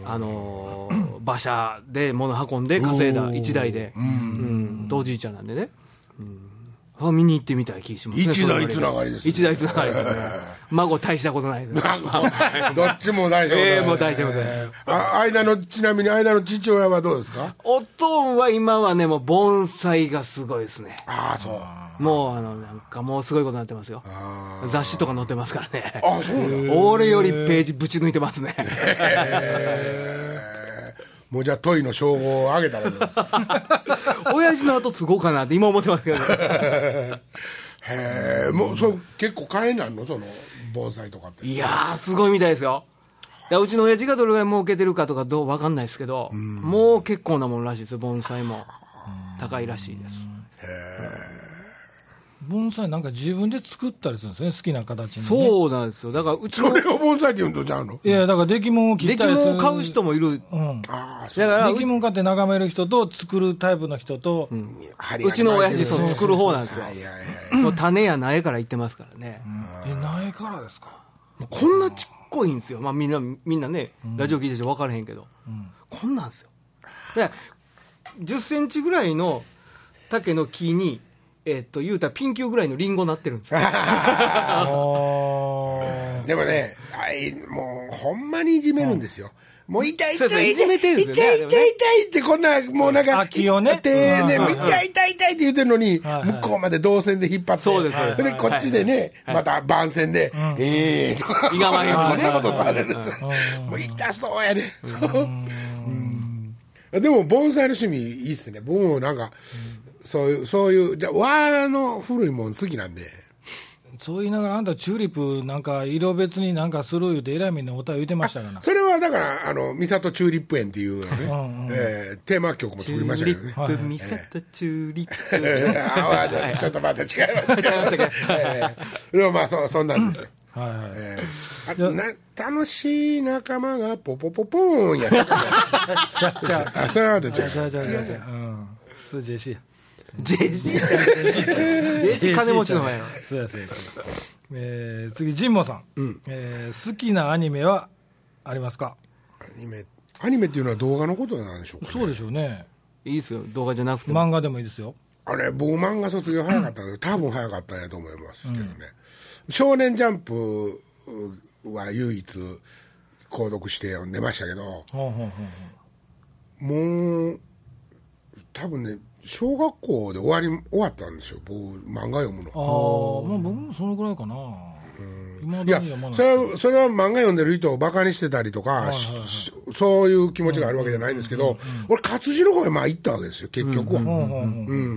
[SPEAKER 1] あのー馬車で物運んで稼いだ一台で、うん、とおじいちゃんなんでね、うん、あ見に行ってみたい気しますね
[SPEAKER 2] 一台
[SPEAKER 1] それぞれ
[SPEAKER 2] つながりですね
[SPEAKER 1] 一台つながり ですね孫大したことないです
[SPEAKER 2] あのどっちも大丈夫、
[SPEAKER 1] ええもう大丈夫です
[SPEAKER 2] あ間のちなみに間の父親はどうですか
[SPEAKER 1] おとんは今はねもう盆栽がすごいですね
[SPEAKER 2] ああそう
[SPEAKER 1] もうあのなんかもうすごいことになってますよ
[SPEAKER 2] あ
[SPEAKER 1] 雑誌とか載ってますからね
[SPEAKER 2] あそうなんだ
[SPEAKER 1] 俺よりページぶち抜いてますね
[SPEAKER 2] へえもうじゃあトイの称号をあげたらどうですか
[SPEAKER 1] 親父の後継ごうかなって今思ってますけどね
[SPEAKER 2] へえもうそう結構金になるのその盆栽とかって
[SPEAKER 1] いやーすごいみたいですよいやうちの親父がどれぐらい儲けてるかとかどう分かんないですけどもう結構なものらしいですよ盆栽も高いらしいです
[SPEAKER 3] 盆栽なんか自分で作ったりするんですね、好きな形に、ね。う。
[SPEAKER 1] そうなんですよだからうち
[SPEAKER 2] そ
[SPEAKER 1] の
[SPEAKER 2] れを盆栽って言うんとちゃうの
[SPEAKER 3] いや、だから出来物を切
[SPEAKER 1] 出
[SPEAKER 3] っ
[SPEAKER 1] 来
[SPEAKER 3] たりする。
[SPEAKER 1] 物を買う。人もいる
[SPEAKER 3] うん。
[SPEAKER 2] ああそう
[SPEAKER 1] だから
[SPEAKER 3] 出来物買って眺める人と、作るタイプの人と、
[SPEAKER 2] 針
[SPEAKER 1] う
[SPEAKER 2] 金
[SPEAKER 1] ちの親父その
[SPEAKER 2] 巻いて
[SPEAKER 1] 作る方なんですよ
[SPEAKER 2] るいやいやいや
[SPEAKER 1] もう種や苗から行ってますからね、
[SPEAKER 3] え、苗からですか。
[SPEAKER 1] もうこんなちっこいんですよ、まあ、みんなみんなね、ラジオ聞いてて分からへんけど、こんなんですよで10センチぐらいの竹の木にえっと言うたらピン球ぐらいのリンゴなってるんですよ
[SPEAKER 3] ああ。
[SPEAKER 2] でもね、あいもうほんまにいじめるんですよ。もう痛い痛
[SPEAKER 1] そうそう
[SPEAKER 2] い
[SPEAKER 1] いじめてるんですよね
[SPEAKER 2] 痛い痛い痛いってこんなもうなんか
[SPEAKER 3] 空きをね
[SPEAKER 2] 手ね
[SPEAKER 3] うん
[SPEAKER 2] もう痛い痛い痛いって言ってるのに
[SPEAKER 3] はいはい
[SPEAKER 2] 向こうまで動線で引っ張って
[SPEAKER 1] そうですそうです
[SPEAKER 2] それでこっちでねまた番線でええとか
[SPEAKER 1] いがまいがま
[SPEAKER 2] こ
[SPEAKER 1] ね
[SPEAKER 2] んなことされるんですよもう痛そうやね。うんでも盆栽の趣味いいっすね。僕もなんかそういうそういうじゃあ和の古いもん好きなんで。
[SPEAKER 3] そう言いながら、あんたチューリップなんか色別になんかする言うて、えらいみんなお便り言うてましたからな。
[SPEAKER 2] それはだから、あの、三郷チューリップ園っていうのね、えーテーマ曲も
[SPEAKER 1] チ
[SPEAKER 2] 作り
[SPEAKER 1] ュ
[SPEAKER 2] ま
[SPEAKER 1] ー
[SPEAKER 2] したけ
[SPEAKER 1] リ
[SPEAKER 2] どね
[SPEAKER 1] ッ。プミサトチューリッ プ
[SPEAKER 2] ああちょっと待って、違います。違い
[SPEAKER 1] ましたか
[SPEAKER 2] でもまあ、そそんなんですよ。
[SPEAKER 3] はいはい。
[SPEAKER 2] えーあとな楽しい仲間がポポポポーンやったか
[SPEAKER 3] ちゃうちゃう
[SPEAKER 2] らあそれはまた違う
[SPEAKER 3] ちゃうちゃうちゃうちゃう。うん。それジェシーや。
[SPEAKER 1] ジェシーちゃんジェシーちゃんジェシー金持ちの前の
[SPEAKER 3] そうやそうやそうやえー次ジンモさん、えー好きなアニメはありますか
[SPEAKER 2] アニメアニメっていうのは動画のことなんでしょうか、ね、
[SPEAKER 3] そうでしょうね
[SPEAKER 1] いいですよ動画じゃなくても
[SPEAKER 3] 漫画でもいいですよ
[SPEAKER 2] あれ僕漫画卒業早かったので多分早かったんやと思いますけどね「少年ジャンプ」は唯一購読して読んでましたけど
[SPEAKER 3] ほうほうほう
[SPEAKER 2] もう多分ね小学校で終わり終わったんですよ僕漫画読むの
[SPEAKER 3] ほうああまあ僕もそのぐらいかな今ま
[SPEAKER 2] い
[SPEAKER 3] で
[SPEAKER 2] や
[SPEAKER 3] にはまだ
[SPEAKER 2] それはそれは漫画読んでる人をバカにしてたりとか、しそういう気持ちがあるわけじゃないんですけど、俺活字の方へまあ行ったわけですよ結局は、うん
[SPEAKER 3] ほうほうほ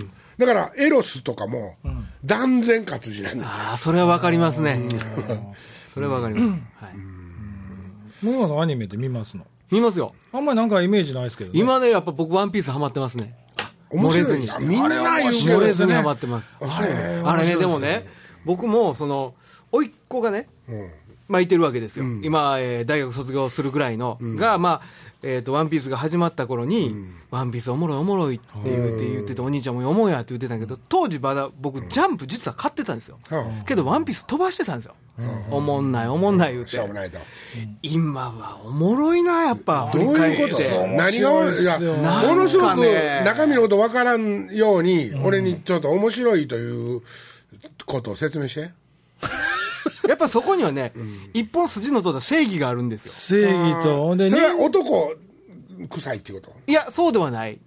[SPEAKER 3] う
[SPEAKER 2] だからエロスとかも断然活字なんですよ
[SPEAKER 1] ああそれは分かりますねそれは分かりますはい
[SPEAKER 3] 森山さんアニメで見ますの
[SPEAKER 1] 見ますよ。
[SPEAKER 3] あんまりなんかイメージないですけどね。
[SPEAKER 1] 今ね、やっぱ僕ワンピースハマってますね。
[SPEAKER 2] 面白
[SPEAKER 1] 漏れず
[SPEAKER 2] い
[SPEAKER 1] に
[SPEAKER 2] なみんな言うけ
[SPEAKER 1] 漏
[SPEAKER 2] ど
[SPEAKER 1] れずに
[SPEAKER 2] ね
[SPEAKER 1] ハマってます。
[SPEAKER 2] あれ
[SPEAKER 1] あれね、でもね、僕も、その、甥っ子がね、
[SPEAKER 2] うん
[SPEAKER 1] まあ、いてるわけですよ、今、えー大学卒業するぐらいの、が、まあえーと、ワンピースが始まった頃に、ワンピースおもろい、おもろいって言って言ってて、お兄ちゃんも思うやって言ってたんやけど、当時、まだ僕、ジャンプ、実は買ってたんですよ、
[SPEAKER 2] うん
[SPEAKER 1] けど、ワンピース飛ばしてたんですよ、おもんない、おもんない言う、
[SPEAKER 2] してょうもないと
[SPEAKER 1] 今はおもろいな、やっぱ、振り
[SPEAKER 2] どう
[SPEAKER 1] 返
[SPEAKER 2] い
[SPEAKER 1] っ
[SPEAKER 2] うこと
[SPEAKER 1] て、
[SPEAKER 2] 何がお
[SPEAKER 3] 面白いっ
[SPEAKER 2] い
[SPEAKER 3] すよ
[SPEAKER 2] やものすご
[SPEAKER 1] なん
[SPEAKER 2] く
[SPEAKER 1] かね
[SPEAKER 2] 中身のこと分からんように俺にちょっと面白いということを説明して
[SPEAKER 1] やっぱそこにはね、一本筋の通った正義があるんですよ。
[SPEAKER 3] 正義と、ほんで
[SPEAKER 2] そ
[SPEAKER 3] ね
[SPEAKER 2] れ、は男臭いっていうこと
[SPEAKER 1] いや、そうではない。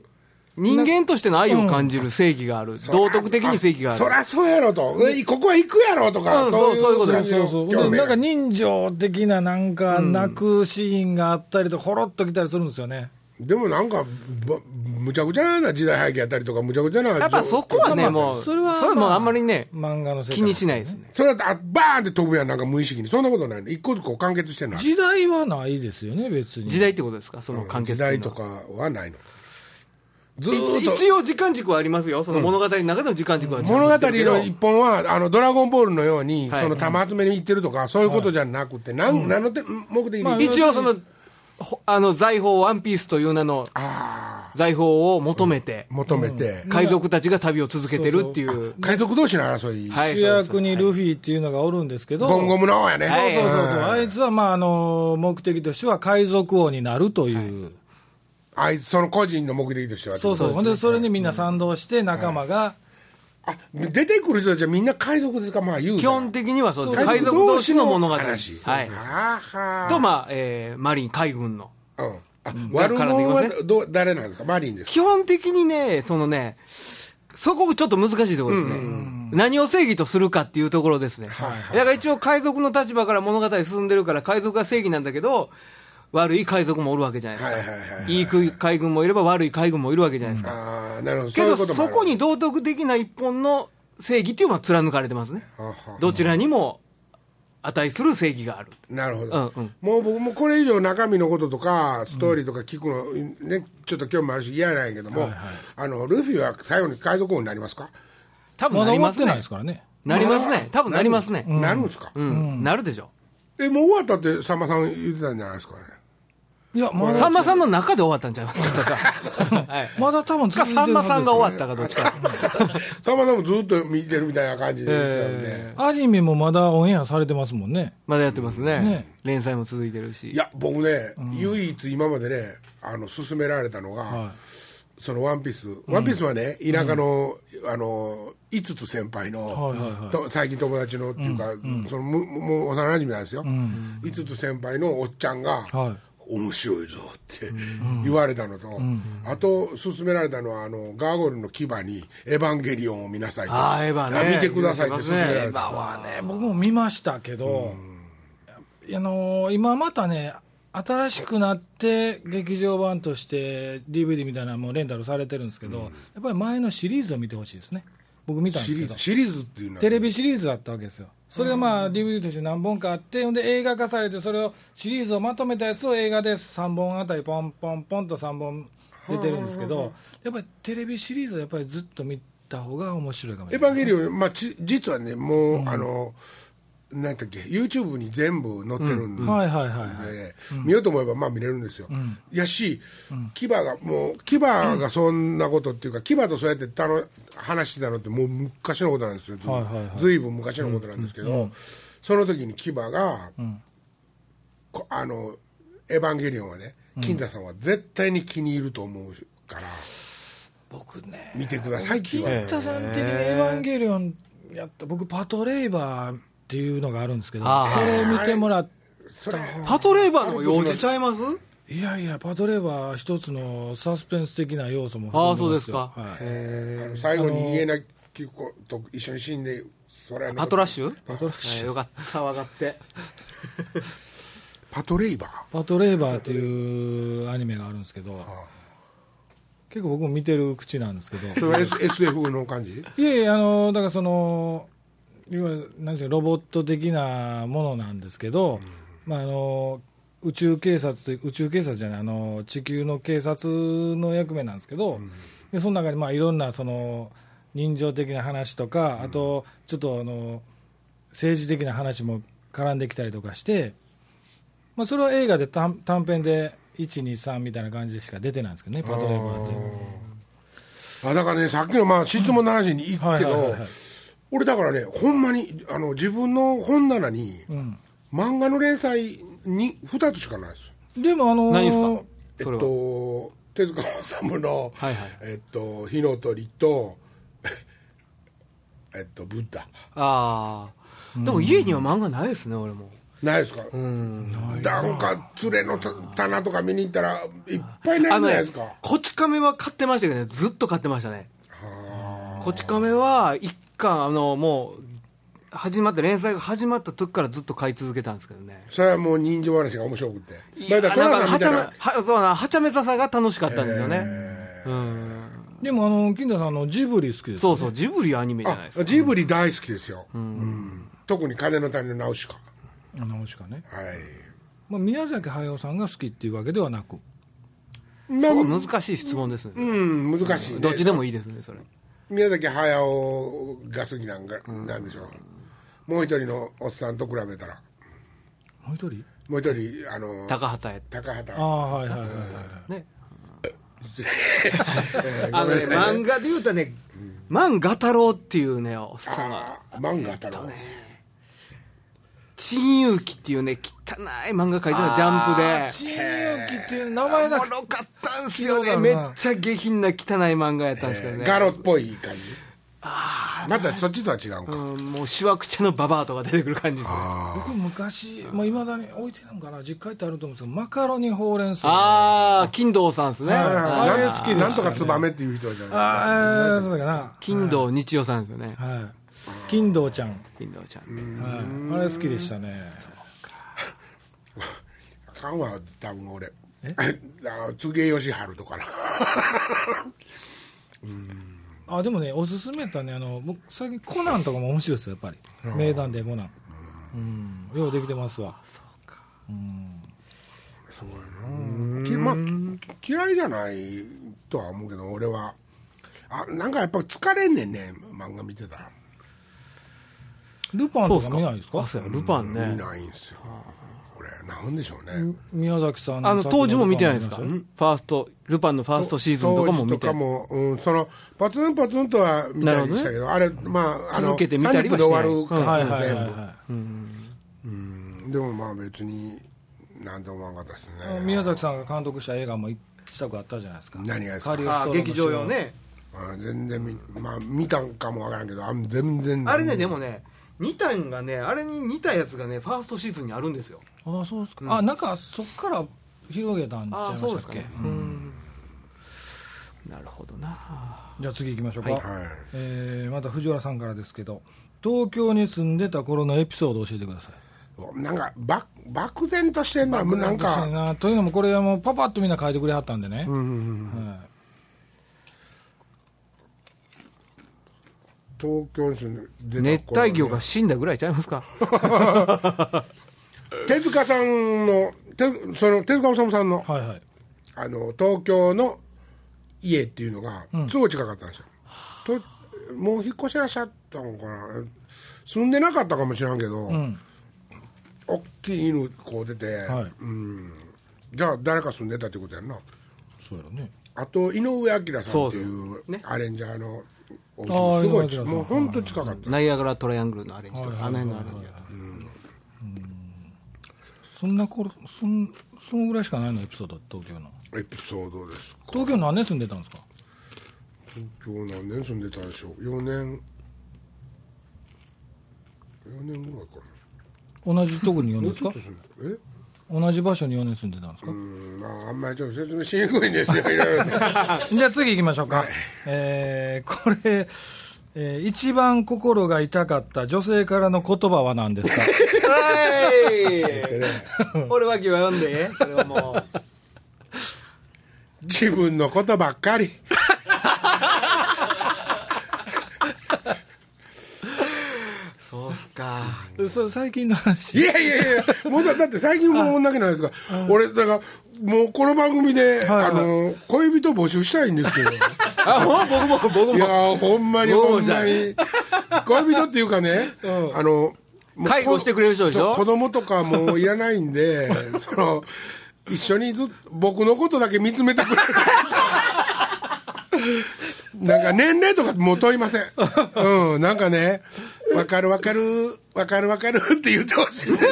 [SPEAKER 1] 人間としての愛を感じる正義がある。道徳的に正義がある
[SPEAKER 2] そ。りゃそうやろとえここは行くやろとか
[SPEAKER 1] うん
[SPEAKER 2] そ
[SPEAKER 1] そう
[SPEAKER 2] う
[SPEAKER 1] そういうこと
[SPEAKER 2] い
[SPEAKER 1] で
[SPEAKER 2] う
[SPEAKER 1] す
[SPEAKER 3] そうそう。ほ
[SPEAKER 2] 興
[SPEAKER 3] ん
[SPEAKER 2] 味
[SPEAKER 3] でな
[SPEAKER 2] が
[SPEAKER 3] んか人情的ななんか泣くシーンがあったりと、ほろっときたりするんですよね。
[SPEAKER 2] でもなんかばむちゃくちゃな時代背景やったりとかむちゃくちゃな
[SPEAKER 1] やっぱそこは
[SPEAKER 3] ま
[SPEAKER 1] ね、
[SPEAKER 3] あ
[SPEAKER 1] もう、
[SPEAKER 3] そ
[SPEAKER 1] そ
[SPEAKER 3] れ
[SPEAKER 1] れ
[SPEAKER 3] は
[SPEAKER 1] は
[SPEAKER 3] ま
[SPEAKER 1] も
[SPEAKER 3] あ
[SPEAKER 1] うあんまりね、
[SPEAKER 3] 漫画の世界。
[SPEAKER 1] 気にしないですね。
[SPEAKER 2] それだってあバーンって飛ぶやんなんか無意識にそんなことないの一個ずつこう完結してんの
[SPEAKER 3] 時代はないですよね、別に。
[SPEAKER 1] 時代ってことですか、その関係
[SPEAKER 2] 時代とかはないのずーっと
[SPEAKER 1] 一応時間軸はありますよ、その物語の中での時間軸はちゃん
[SPEAKER 2] 物
[SPEAKER 1] と
[SPEAKER 2] 語
[SPEAKER 1] してるけど
[SPEAKER 2] の一本は、あの、ドラゴンボールのように、
[SPEAKER 1] はい
[SPEAKER 2] その玉集めに行ってるとか、そういうことじゃなくて、なん、何のて目的で
[SPEAKER 3] ま
[SPEAKER 2] 行
[SPEAKER 3] あ
[SPEAKER 2] って
[SPEAKER 1] 一応その、ほあの、財宝ワンピースという名の
[SPEAKER 2] ああ、
[SPEAKER 1] 財宝を求めて、
[SPEAKER 2] 求めて、
[SPEAKER 1] 海賊たちが旅を続けてるっていう。
[SPEAKER 2] 海賊同士の争い、
[SPEAKER 1] はい
[SPEAKER 3] 主役にルフィっていうのがおるんですけど、
[SPEAKER 2] ゴンゴムの王やね。
[SPEAKER 1] はい
[SPEAKER 3] そうそうそうそう、あいつはまああの目的としては海賊王になるという、
[SPEAKER 2] あいつ、その個人の目的としては。
[SPEAKER 3] そうそう、ほんでそれにみんな賛同して、仲間が、
[SPEAKER 2] あ、出てくる人たちはみんな海賊ですか、まあ言うな。
[SPEAKER 1] 基本的にはそうです。
[SPEAKER 2] 海
[SPEAKER 1] 海
[SPEAKER 2] 賊
[SPEAKER 1] 賊
[SPEAKER 2] 同
[SPEAKER 1] 同
[SPEAKER 2] 士
[SPEAKER 1] 士
[SPEAKER 2] の
[SPEAKER 1] の物語。は
[SPEAKER 2] 話。
[SPEAKER 1] い。
[SPEAKER 2] はは
[SPEAKER 1] と、まあ、えーマリン、海軍の。
[SPEAKER 2] あ、うん。あ、悪者はどう誰なんですかマリンですか。
[SPEAKER 1] 基本的にね、そのね、そこちょっと難しいところですね、何を正義とするかっていうところですね、
[SPEAKER 2] はいはい
[SPEAKER 1] だから一応、海賊の立場から物語進んでるから、海賊が正義なんだけど、悪い海賊もおるわけじゃないですか、
[SPEAKER 2] はいはいはいはい
[SPEAKER 1] い海海軍もいれば悪い海軍もいるわけじゃないですか、
[SPEAKER 2] ああ、なるほど。
[SPEAKER 1] けど
[SPEAKER 2] ういうともあ
[SPEAKER 1] そ
[SPEAKER 2] る
[SPEAKER 1] こに、道徳的な一本の正義っていうのは貫かれてますね、
[SPEAKER 2] はは
[SPEAKER 1] どちらにも値する正義がある。
[SPEAKER 2] なるほど、
[SPEAKER 1] うんうん
[SPEAKER 2] もう僕もこれ以上中身のこととかストーリーとか聞くの、ね、ちょっと興味あるし嫌なんやけども、あのルフィは最後に海賊王になりますか
[SPEAKER 1] 多分
[SPEAKER 3] まだ
[SPEAKER 1] なり
[SPEAKER 3] 終わ
[SPEAKER 1] ま
[SPEAKER 3] っ
[SPEAKER 1] す
[SPEAKER 3] てない
[SPEAKER 1] ね
[SPEAKER 3] です。からね。
[SPEAKER 1] なりますね。多分なりますね。
[SPEAKER 2] なるんですか、
[SPEAKER 1] うん、なるでしょ。
[SPEAKER 2] えもう終わったってさんまさん言ってたんじゃないです かね
[SPEAKER 3] いや、ま
[SPEAKER 1] さ
[SPEAKER 3] だ
[SPEAKER 1] んまさんの中で終わったんちゃいますか、それかはい
[SPEAKER 3] まだ多分続
[SPEAKER 1] か
[SPEAKER 3] いてる
[SPEAKER 1] さんまさんが終わ
[SPEAKER 3] っ
[SPEAKER 1] ったかどっちか。
[SPEAKER 2] さんまさんもずっと見てるみたいな感じで言ってたんで、
[SPEAKER 3] た。アニメもまだオンエアされてますもんね。
[SPEAKER 1] まだやってます
[SPEAKER 3] ね
[SPEAKER 1] ね。連載も続いてるし。
[SPEAKER 2] いや僕ね、唯一今までねあの勧められたのが、
[SPEAKER 3] は
[SPEAKER 2] そのワンピース、ワンピースはね、田舎の、あの、5つ先輩
[SPEAKER 3] はいは
[SPEAKER 2] の、と最近友達のっていうか、その、むもう幼馴染なんですよ。5つ先輩のおっちゃんが
[SPEAKER 3] は、
[SPEAKER 2] 面白いぞって言われたのと、あと、勧められたのは、あの、ガーゴルの牙に、エヴァンゲリオンを見なさいと。
[SPEAKER 1] あーエヴァね
[SPEAKER 2] 見てくださいって勧めら
[SPEAKER 1] エ
[SPEAKER 2] れ
[SPEAKER 1] ヴァ
[SPEAKER 2] た。
[SPEAKER 3] はね、僕も見ましたけど、あの今またね、新しくなって、劇場版として DVD みたいなのもレンタルされてるんですけど、やっぱり前のシリーズを見てほしいですね、僕見たんで
[SPEAKER 2] シ
[SPEAKER 3] す
[SPEAKER 2] リ
[SPEAKER 3] け
[SPEAKER 2] ー
[SPEAKER 3] ど
[SPEAKER 2] ズ、、シリーズっていうのは。
[SPEAKER 3] テレビシリーズだったわけですよ、それがまあ DVD として何本かあって、ほんで映画化されて、それをシリーズをまとめたやつを映画で3本あたり、ポンポンポンと3本出てるんですけど、やっぱりテレビシリーズはやっぱりずっと見た方が面白いかもし
[SPEAKER 2] エ
[SPEAKER 3] れ
[SPEAKER 2] ヴ
[SPEAKER 3] ない。
[SPEAKER 2] ァンゲリオン、まあ、ち実はね、もう、あの、なんだっけ、YouTube に全部載ってるんで、
[SPEAKER 3] はいはいはいはい
[SPEAKER 2] で見ようと思えばまあ見れるんですよ、やし、牙がもう牙がそんなことっていうか、牙とそうやってたの話してたのってもう昔のことなんですよず,、
[SPEAKER 3] はいはいはい
[SPEAKER 2] ずいぶん昔のことなんですけど、その時に牙が、こあの「エヴァンゲリオン」はね金田さんは絶対に気に入ると思うから
[SPEAKER 3] 僕ね
[SPEAKER 2] 見てくださいって言われ
[SPEAKER 3] 金田さん的に「エヴァンゲリオン」やった僕パトレイバーっていうのがあるんですけど
[SPEAKER 1] あー
[SPEAKER 3] それ見てもらっ
[SPEAKER 2] それ
[SPEAKER 1] パトレーバーの用事ちゃいます
[SPEAKER 3] いやいやパトレイバー一つのサスペンス的な要素も
[SPEAKER 1] あー
[SPEAKER 3] 含んますよ
[SPEAKER 1] そうですか
[SPEAKER 3] はい
[SPEAKER 2] あの最後に家なき子と一緒に死んでそれは
[SPEAKER 1] パトラッシュ
[SPEAKER 3] パトラッシ
[SPEAKER 1] え
[SPEAKER 3] ュ
[SPEAKER 1] ーよかった、わかって。
[SPEAKER 2] パトレイバー
[SPEAKER 3] パトレイバーっていうアニメがあるんですけど結構僕も見てる口なんですけど
[SPEAKER 2] それは S- SF の感じ
[SPEAKER 3] いやいやあのだからそのいわゆるなんでしょうロボット的なものなんですけど、まああの宇宙警察という宇宙警察じゃないあの地球の警察の役目なんですけど、でその中にまあいろんなその人情的な話とか、あとちょっとあの政治的な話も絡んできたりとかして、まあ、それは映画で短短編で123みたいな感じでしか出てないんですけどねパトレーバーって。
[SPEAKER 2] あだからねさっきのまあ質問の話に行くけ
[SPEAKER 3] うんはいはい
[SPEAKER 2] ど
[SPEAKER 3] はいはい
[SPEAKER 2] 俺だからねほんまにあの自分の本棚に
[SPEAKER 3] ん
[SPEAKER 2] 漫画の連載に2つしかないです
[SPEAKER 3] でもあのー
[SPEAKER 1] 何ですか
[SPEAKER 2] えっ
[SPEAKER 1] それは、
[SPEAKER 2] と手塚治虫の
[SPEAKER 1] はいはい
[SPEAKER 2] えっと火の鳥」と 「えっとブッダ
[SPEAKER 1] ああでも家には漫画ないですね俺も」
[SPEAKER 2] ないですか
[SPEAKER 1] うん
[SPEAKER 2] なんか連れのた棚とか見に行ったらいっぱいなる
[SPEAKER 1] あ
[SPEAKER 2] んじ
[SPEAKER 1] の
[SPEAKER 2] ゃない
[SPEAKER 1] ね
[SPEAKER 2] ですか
[SPEAKER 1] こち亀は買ってましたけどねずっと買ってましたねこち亀は一巻あのもう始まって連載が始まった時からずっと買い続けたんですけどね
[SPEAKER 2] それはもう人情話が面白くてまあだ
[SPEAKER 1] あ
[SPEAKER 2] から
[SPEAKER 1] なん
[SPEAKER 2] 寅
[SPEAKER 1] か
[SPEAKER 2] さん
[SPEAKER 1] はち
[SPEAKER 2] みた
[SPEAKER 1] ゃめ
[SPEAKER 2] いな
[SPEAKER 1] はそうなはちゃめささが楽しかったんですよね、うん
[SPEAKER 3] でもあの金田さんあのジブリ好きです、ね、
[SPEAKER 1] そうそうジブリアニメじゃないです
[SPEAKER 2] あ
[SPEAKER 1] か
[SPEAKER 2] ジブリ大好きですよ、うん特に「風の谷のナウシカ」
[SPEAKER 3] あのしかね、
[SPEAKER 2] はい
[SPEAKER 3] まあ、宮崎駿さんが好きっていうわけではなく
[SPEAKER 2] まあ
[SPEAKER 1] そう難しい質問ですね、
[SPEAKER 2] うん難しいね、
[SPEAKER 1] どっちでもいいですねそれ
[SPEAKER 2] 宮崎駿が好きなんかなんでしょう、もう一人のおっさんと比べたら
[SPEAKER 3] もう一人
[SPEAKER 2] もう一人あの
[SPEAKER 1] 高畑や
[SPEAKER 2] 高畑
[SPEAKER 3] ああはいはいはいはい
[SPEAKER 1] ね
[SPEAKER 2] 失礼
[SPEAKER 1] あのね漫画で言うとね漫画太郎っていうねおっさんが
[SPEAKER 2] あー漫画太郎、
[SPEAKER 1] 珍遊記っていうね汚い漫画描いてたジャンプで
[SPEAKER 3] チーキっていう名前だ
[SPEAKER 1] おもろかったんすよ
[SPEAKER 3] 聞
[SPEAKER 1] ね
[SPEAKER 3] い
[SPEAKER 1] め
[SPEAKER 3] た
[SPEAKER 1] っ
[SPEAKER 3] ことあるな
[SPEAKER 1] ちゃ下品な汚い漫画やったんですけどね、
[SPEAKER 2] ガロっぽい感じまたそっちとは違うか、
[SPEAKER 1] うん、もうしわくちゃのババアとか出てくる感じですね
[SPEAKER 2] あ
[SPEAKER 3] 僕昔まあ、未だに置いてるのかな実家行ってあると思うんですけどマカロニほうれん草
[SPEAKER 1] ああ金堂さんですね、
[SPEAKER 3] はい
[SPEAKER 2] あ
[SPEAKER 3] あれ好きでしたね
[SPEAKER 2] なんとかツバメっていう人じゃない
[SPEAKER 3] ああそうだっけな
[SPEAKER 1] 金堂日曜さんですよね、
[SPEAKER 3] はい金堂ちゃん、
[SPEAKER 1] 金堂ちゃんね、
[SPEAKER 3] はい、あれ好きでしたね
[SPEAKER 2] あかんわ多分俺 あ柘植義治 とかな
[SPEAKER 3] あでもねおすすめやったらねあの僕最近コナンとかも面白いですよやっぱり名探偵コナンうんようできてますわ
[SPEAKER 2] きまあき嫌いじゃないとは思うけど俺はあなんかやっぱ疲れんねんね漫画見てたら
[SPEAKER 3] ルパンとか見ないですか
[SPEAKER 1] あそうやルパン
[SPEAKER 2] 見
[SPEAKER 1] ね
[SPEAKER 2] ないんすよ俺なんでしょうね
[SPEAKER 3] 宮崎さん
[SPEAKER 1] あの
[SPEAKER 3] 作品
[SPEAKER 1] 当時も見てないですか
[SPEAKER 3] と
[SPEAKER 1] フ
[SPEAKER 3] かもあり
[SPEAKER 1] ァーストルパンのファーストシーズンとかも見て
[SPEAKER 2] 当時とかもうん、そのパツンパツンとは見たりしたけどあれまああの
[SPEAKER 1] 続けて見たりは
[SPEAKER 2] 30で終わる
[SPEAKER 1] して
[SPEAKER 2] か
[SPEAKER 1] ない
[SPEAKER 3] ますよ
[SPEAKER 2] ら、
[SPEAKER 3] はいはいはい
[SPEAKER 2] 全部、
[SPEAKER 3] は
[SPEAKER 2] うんでもまあ別に何とも思わなかったですね
[SPEAKER 3] い宮崎さんが監督した映画も一作あったじゃないですか
[SPEAKER 2] 何がです
[SPEAKER 3] カ
[SPEAKER 2] か
[SPEAKER 3] リオス
[SPEAKER 1] あ
[SPEAKER 3] トロの
[SPEAKER 1] 劇場用ね
[SPEAKER 2] あ全然見,、まあ、見たんかもわからんけどあん全然
[SPEAKER 1] あれねでもね2単がねあれに似たやつがねファーストシーズンにあるんですよ
[SPEAKER 3] ああそうですか、あなんかそっから広げたんじゃ
[SPEAKER 1] あ
[SPEAKER 3] な
[SPEAKER 1] あ
[SPEAKER 3] い
[SPEAKER 1] そう
[SPEAKER 3] ま
[SPEAKER 1] で
[SPEAKER 3] し
[SPEAKER 1] す
[SPEAKER 3] たっ
[SPEAKER 1] か
[SPEAKER 3] け、
[SPEAKER 1] ねうんなるほどな
[SPEAKER 3] じゃあ次行きましょうか、
[SPEAKER 2] はい
[SPEAKER 3] えーまた藤原さんからですけど東京に住んでた頃のエピソードを教えてください
[SPEAKER 2] なんかば漠然としてんのはなん
[SPEAKER 3] そう
[SPEAKER 2] か
[SPEAKER 3] やなというのもこれはもうパパッとみんな書いてくれはったんでね、はい
[SPEAKER 2] 東京に住んで出
[SPEAKER 1] 熱
[SPEAKER 2] た頃ね
[SPEAKER 1] 帯魚が死んだぐらいちゃいますか
[SPEAKER 2] 手塚さんの手その手塚治虫さんの
[SPEAKER 3] はいはい
[SPEAKER 2] あの東京の家っていうのがすごい近かったんですよ、ともう引っ越してらっしゃったのかな住んでなかったかもしらんけど、
[SPEAKER 3] うん
[SPEAKER 2] 大きい犬こう出て、
[SPEAKER 3] はい
[SPEAKER 2] うんじゃあ誰か住んでたってことやんな
[SPEAKER 3] そうやろね
[SPEAKER 2] あと井上彰さんってい
[SPEAKER 1] そう
[SPEAKER 2] う
[SPEAKER 1] そうね
[SPEAKER 2] アレンジャーのお家
[SPEAKER 3] あー
[SPEAKER 2] もすごい
[SPEAKER 3] 井上彰さん
[SPEAKER 2] もう本当近かった、
[SPEAKER 1] ナイアガラトライアングルのアレンジとかあの辺のアレンジやった
[SPEAKER 3] そんな頃そんそのぐらいしかないのエピソード東京の
[SPEAKER 2] エピソードですか
[SPEAKER 3] 東京何年住んでたんですか
[SPEAKER 2] 東京何年住んでたでしょう4年4年ぐらいか
[SPEAKER 3] 同じとこに4
[SPEAKER 2] な
[SPEAKER 3] 年ですか
[SPEAKER 2] もうちょっと住んでえ
[SPEAKER 3] 同じ場所に4年住んでたんですか、
[SPEAKER 2] うんまああんまりちょっと説明しにくいんですよいろい ろと
[SPEAKER 3] じゃあ次行きましょうか、えーこれ、えー一番心が痛かった女性からの言葉は何です か
[SPEAKER 1] はい俺は今日は読んでそれはもう
[SPEAKER 2] 自分のことばっかり
[SPEAKER 1] そうっすかか。
[SPEAKER 3] そう最近の話
[SPEAKER 2] いやいやいや、もうだだって最近も女だけなんですが、俺、だから、もうこの番組で、
[SPEAKER 3] はい
[SPEAKER 2] あの、恋人募集したいんですけど。い
[SPEAKER 1] あ、ほん僕も、僕
[SPEAKER 2] や
[SPEAKER 1] も。
[SPEAKER 2] ー、ほんまに
[SPEAKER 1] どう
[SPEAKER 2] ほ
[SPEAKER 1] も
[SPEAKER 2] んまに。恋人っていうかね、あの、もう
[SPEAKER 1] 介護してくれる人でしょ
[SPEAKER 2] そう子供とかもういらないん で、その、一緒にずっと僕のことだけ見つめてくれる。 なんか年齢とかもう問いません。うん、なんかね、わかるわかる、わかるわかるって言ってほしいんですよ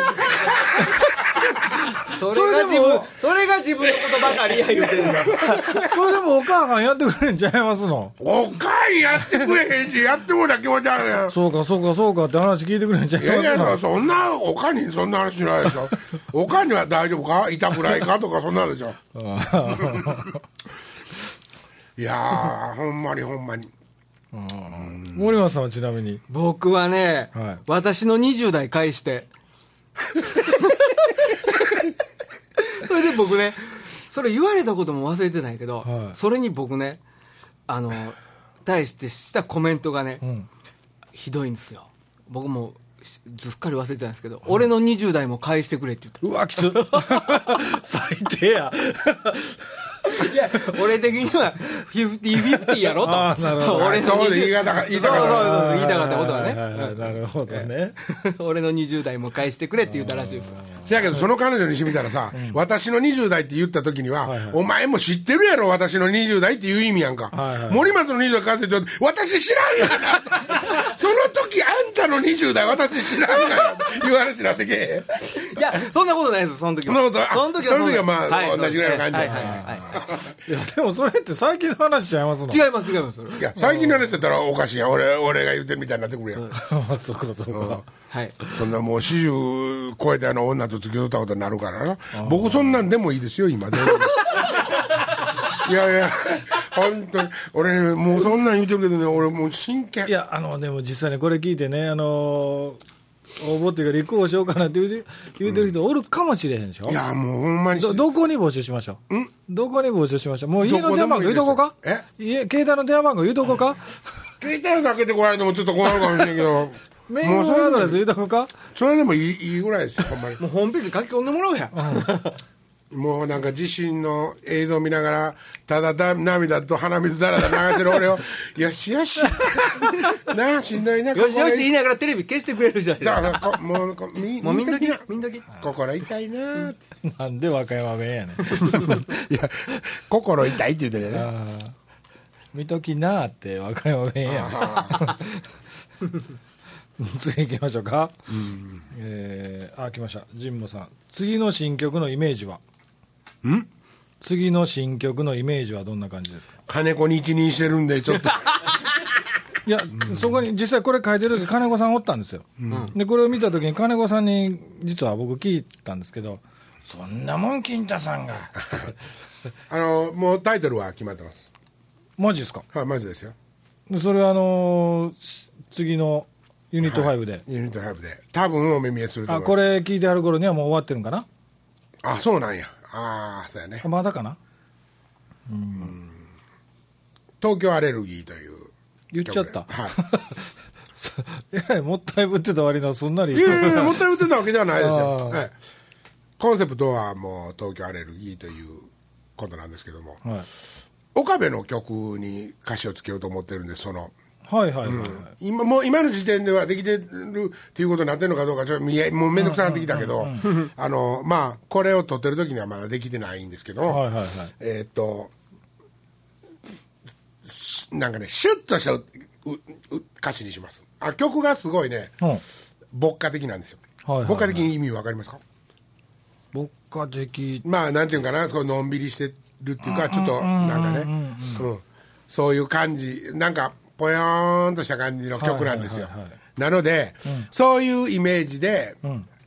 [SPEAKER 1] それが
[SPEAKER 3] それ
[SPEAKER 1] 自
[SPEAKER 3] でも
[SPEAKER 1] 分、それが自分のことばかりや言うてるんだ。
[SPEAKER 3] それでもお母さんやってくれんちゃいますの
[SPEAKER 2] おかんやってくれへんし、やってもら気持ち悪いやん。
[SPEAKER 3] そうかそうかそうかって話聞いてくれんちゃい
[SPEAKER 2] い
[SPEAKER 3] ま
[SPEAKER 2] やい
[SPEAKER 3] す
[SPEAKER 2] や、
[SPEAKER 3] の
[SPEAKER 2] そんな、おかんにそんな話しないでしょ。おかんには大丈夫か痛くないかとか、そんなのでしょ。いやー、ほんまにほんまに。
[SPEAKER 3] 森松さんはちなみに
[SPEAKER 1] 僕はね、
[SPEAKER 3] はい
[SPEAKER 1] 私の20代返して。 それで僕ね、それ言われたことも忘れてないけど、
[SPEAKER 3] はい
[SPEAKER 1] それに僕ね、あの、対してしたコメントがね、
[SPEAKER 3] ん
[SPEAKER 1] ひどいんですよ。僕もしずっかり忘れてたんですけど、俺の20代も返してくれって言った。
[SPEAKER 3] うわきつ 最低や
[SPEAKER 1] いや、俺的には、50-50やろと。
[SPEAKER 3] あーなるほど
[SPEAKER 1] 俺の
[SPEAKER 2] そう
[SPEAKER 1] 20
[SPEAKER 2] で言い方が言いたかった
[SPEAKER 1] そうそうそう言いたかったことはね
[SPEAKER 3] いいいなるほどね
[SPEAKER 1] 俺の20代も返してくれって言ったらしいです。
[SPEAKER 2] せやけど、その彼女にしてみたらさ、私の20代って言った時には、お前も知ってるやろ、私の20代っていう意味やんか。
[SPEAKER 3] はいはい
[SPEAKER 2] 森松の20代返せって言われて私知らんがなその時、あんたの20代、私知らんがなっていう話になってけえへん。
[SPEAKER 1] いや、そんなことないです、その時は。
[SPEAKER 2] そんなこと
[SPEAKER 1] その時は
[SPEAKER 2] その時はまあ
[SPEAKER 1] い
[SPEAKER 2] 同じぐらいの感じ。
[SPEAKER 1] はいはいはいはい
[SPEAKER 3] やでもそれって最近の話ちゃいますの
[SPEAKER 1] い違います、違います、それはい
[SPEAKER 2] や、最近の話だったらおかしいやん。俺、俺が言ってるみたいになってくるやん。
[SPEAKER 3] あ そうかそうか
[SPEAKER 1] はい。
[SPEAKER 2] そんなもう40超えたあの女と付き添ったことになるからな。僕そんなんでもいいですよ、今。 全然いやいや、本当に。俺ね、もうそんなん言ってるけどね、俺もう真剣。
[SPEAKER 3] いやあのでも実際ねこれ聞いてねあの応募っていうか立候補しようかなって言うて言うてる人おるかもしれへんでしょ
[SPEAKER 2] いや、もうほんまに。
[SPEAKER 3] どどこに募集しましょうどこに募集しましょうもう家の電話番号言うとこ
[SPEAKER 2] どこでも
[SPEAKER 3] か
[SPEAKER 2] いいですよ
[SPEAKER 3] 家携帯の電話番号言うとこか。
[SPEAKER 2] 携帯かけてこられてもちょっと困るかもしれんけど
[SPEAKER 3] メールアド
[SPEAKER 2] も
[SPEAKER 3] レス
[SPEAKER 2] う
[SPEAKER 3] 言うとこか
[SPEAKER 2] それでもいいいいぐらいですよ、ほんまに。
[SPEAKER 1] もうホームページ書き込んでもらおうや。
[SPEAKER 2] もうなんか自身の映像見ながら、ただだ涙と鼻水だらだら流してる俺を、よしよし、なあ、しんどいな、
[SPEAKER 1] よしよしって言い
[SPEAKER 2] な。
[SPEAKER 1] ながらテレビ消してくれるじゃないです
[SPEAKER 2] だ
[SPEAKER 1] か。
[SPEAKER 2] からこもうこみ
[SPEAKER 1] もう見んとき
[SPEAKER 2] な
[SPEAKER 1] な、見んとき。
[SPEAKER 2] 心痛いなって
[SPEAKER 3] なんで和歌山弁やね ん
[SPEAKER 2] いや心痛いって言ってるよね
[SPEAKER 3] 見ときなーって和歌山弁やん 次行きましょうか、えーあ来ました神保さん次の新曲のイメージは
[SPEAKER 2] ん
[SPEAKER 3] 次の新曲のイメージはどんな感じですか
[SPEAKER 2] 金子に一任してるんでちょ っと
[SPEAKER 3] いや、そこに実際これ書いてる時金子さんおったんですよ、でこれを見た時に金子さんに実は僕聞いたんですけどそんなもん金太さん が
[SPEAKER 2] あのもうタイトルは決まってます
[SPEAKER 3] マジですか
[SPEAKER 2] はいマジですよ
[SPEAKER 3] でそれはあのー次のユニット5で、
[SPEAKER 2] ユニット5で多分お目見えすると
[SPEAKER 3] あ
[SPEAKER 2] 思い
[SPEAKER 3] こ
[SPEAKER 2] ます
[SPEAKER 3] れ聞いてある頃にはもう終わってるんかな
[SPEAKER 2] あそうなんやああそうやね
[SPEAKER 3] あまだかな
[SPEAKER 2] 東京アレルギーという
[SPEAKER 3] 言っちゃった
[SPEAKER 2] 曲ではい
[SPEAKER 3] えらいもったいぶってた割のそんなに
[SPEAKER 2] いやいやいやもったいぶってたわけではないです
[SPEAKER 3] あー
[SPEAKER 2] よ、はい、コンセプトはもう東京アレルギーということなんですけども、
[SPEAKER 3] はい
[SPEAKER 2] 岡部の曲に歌詞をつけようと思ってるんでその
[SPEAKER 3] はいはいはい、
[SPEAKER 2] 今もう今の時点ではできてるっていうことになってるのかどうかちょっと見えもう面倒くさくなってきたけど、あのまあこれを撮ってる時にはまだできてないんですけど、
[SPEAKER 3] はいはいはい
[SPEAKER 2] えーっとしなんかねシュッとしたううう歌詞にしますあ曲がすごいね
[SPEAKER 3] うん
[SPEAKER 2] 牧歌的なんですよ、
[SPEAKER 3] はいはいはい
[SPEAKER 2] 牧歌的に意味わかりますか
[SPEAKER 3] 牧歌的
[SPEAKER 2] まあなんていうんかなこうのんびりしてるっていうかちょっとなんかね、うん、そういう感じなんかぽよーんとした感じの曲なんですよ、
[SPEAKER 3] はいはいはいは
[SPEAKER 2] なので、そういうイメージで、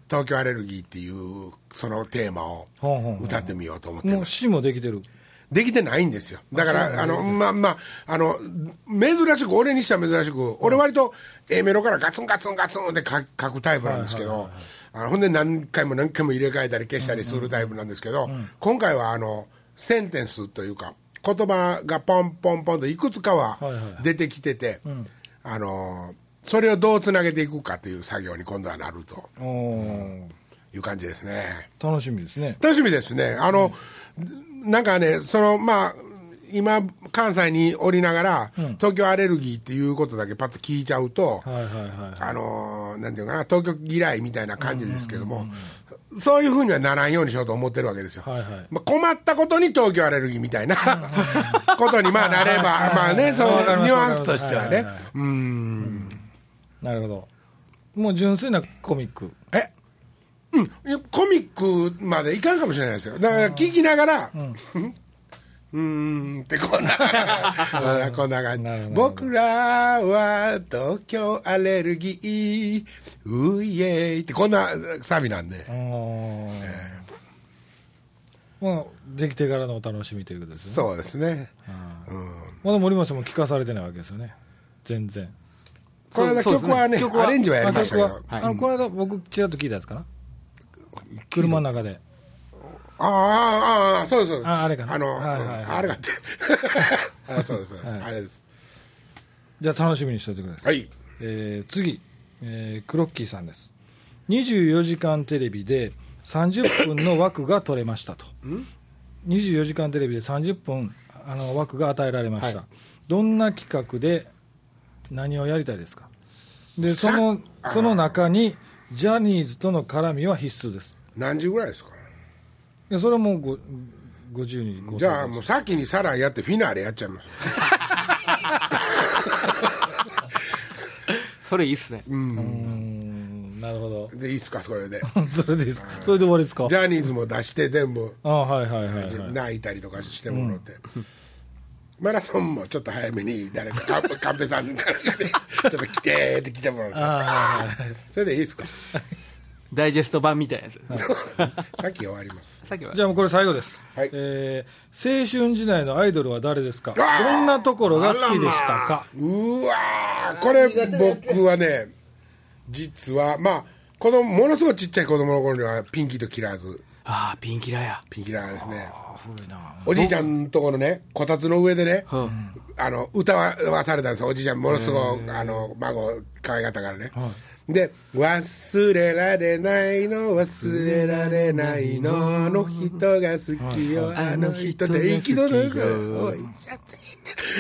[SPEAKER 2] 東京アレルギー」っていうそのテーマを
[SPEAKER 3] ほんほんほん
[SPEAKER 2] 歌ってみようと思ってます
[SPEAKER 3] もう詩もできてる
[SPEAKER 2] できてないんですよ。だから、あの、まあまあ、あの、珍しく、俺にしては珍しく、俺割と A メロからガツンガツンガツンって書く書くタイプなんですけど、あのほんで何回も何回も入れ替えたり消したりするタイプなんですけど、今回はあの、センテンスというか、言葉がポンポンポンといくつかは
[SPEAKER 3] はいはい
[SPEAKER 2] 出てきてて、あの、それをどうつなげていくかという作業に今度はなると
[SPEAKER 3] お
[SPEAKER 2] いう感じですね。
[SPEAKER 3] ー楽しみですね
[SPEAKER 2] 楽しみですね。あの、なんかね、その、まあ、今、関西におりながら、東京アレルギーっていうことだけパッと聞いちゃうと、
[SPEAKER 3] はいはいは
[SPEAKER 2] あのーなんていうかな、東京嫌いみたいな感じですけども、そういうふうにはならんようにしようと思ってるわけですよ。
[SPEAKER 3] はいはい
[SPEAKER 2] まあ、困ったことに東京アレルギーみたいな ことにまあなれば、まあね、その
[SPEAKER 3] わかります
[SPEAKER 2] ニュアンスとしては
[SPEAKER 3] はい
[SPEAKER 2] ね
[SPEAKER 3] はいはい。
[SPEAKER 2] うん。
[SPEAKER 3] いなるほどもう純粋なコミック
[SPEAKER 2] えうん、いやコミックまでいかんかもしれないですよ。だから聞きながら、うーんってこんな うんこんな感じ
[SPEAKER 3] なるほど
[SPEAKER 2] 僕らは東京アレルギーういえいってこんなサビなんで
[SPEAKER 3] あーまあできてからのお楽しみということですね
[SPEAKER 2] そうですね、
[SPEAKER 3] あー
[SPEAKER 2] うん、
[SPEAKER 3] まだ森本さんも聞かされてないわけですよね全然
[SPEAKER 2] これだ
[SPEAKER 1] そう
[SPEAKER 2] 曲はね
[SPEAKER 1] そうですね曲は
[SPEAKER 2] アレンジはやりましたけ
[SPEAKER 3] あ
[SPEAKER 2] ど
[SPEAKER 3] 曲は
[SPEAKER 1] はい
[SPEAKER 3] あのこの間僕ちらっと聞いたやつかな車の中で
[SPEAKER 2] ああああああそうですそうです
[SPEAKER 3] ああれかな
[SPEAKER 2] あの、
[SPEAKER 3] はいはいはい
[SPEAKER 2] うんあれがって あそうです、
[SPEAKER 3] はい
[SPEAKER 2] あれです
[SPEAKER 3] じゃあ楽しみにしておいてください、
[SPEAKER 2] はい
[SPEAKER 3] えー次、えークロッキーさんです24時間テレビで30分の枠が取れましたと24時間テレビで30分あの枠が与えられました、
[SPEAKER 1] はい
[SPEAKER 3] どんな企画で何をやりたいですかでその
[SPEAKER 2] あー
[SPEAKER 3] その中にジャニーズとの絡みは必須です
[SPEAKER 2] 何時ぐらいですか
[SPEAKER 3] でそれはもうご50人
[SPEAKER 2] じゃあもう先にサランやってフィナーレやっちゃいます
[SPEAKER 1] それいいっすね、
[SPEAKER 3] うーんなるほど
[SPEAKER 2] でいいっすかそれで
[SPEAKER 3] それでいいですかそれで終わりですか
[SPEAKER 2] ジャニーズも出して全部
[SPEAKER 3] あはいはいはい、はい、
[SPEAKER 2] 泣いたりとかしてもらって、マラソンもちょっと早めに誰かかカンペさんからねちょっと来てって来てもらって
[SPEAKER 3] あー
[SPEAKER 2] それでいいっすか
[SPEAKER 1] ダイジェスト版みたいなやつ、
[SPEAKER 2] さっき終わります
[SPEAKER 1] さっきは
[SPEAKER 3] じゃあもうこれ最後です、
[SPEAKER 2] はい
[SPEAKER 3] えー青春時代のアイドルは誰ですか
[SPEAKER 2] わー
[SPEAKER 3] どんなところが好きでしたか
[SPEAKER 2] うわーこれ僕はね実はまあ子供ものすごいちっちゃい子供の頃にはピンキーとキラーズ
[SPEAKER 1] ああピンキラや
[SPEAKER 2] ピンキラーですね
[SPEAKER 3] 古いな
[SPEAKER 2] おじいちゃんとこのねこたつの上でね、
[SPEAKER 1] うん
[SPEAKER 2] あの歌わされたんですよおじいちゃんものすごくあの孫可愛かったからね、で「忘れられないの忘れられないのあの人が好きよあの人で生きとるおい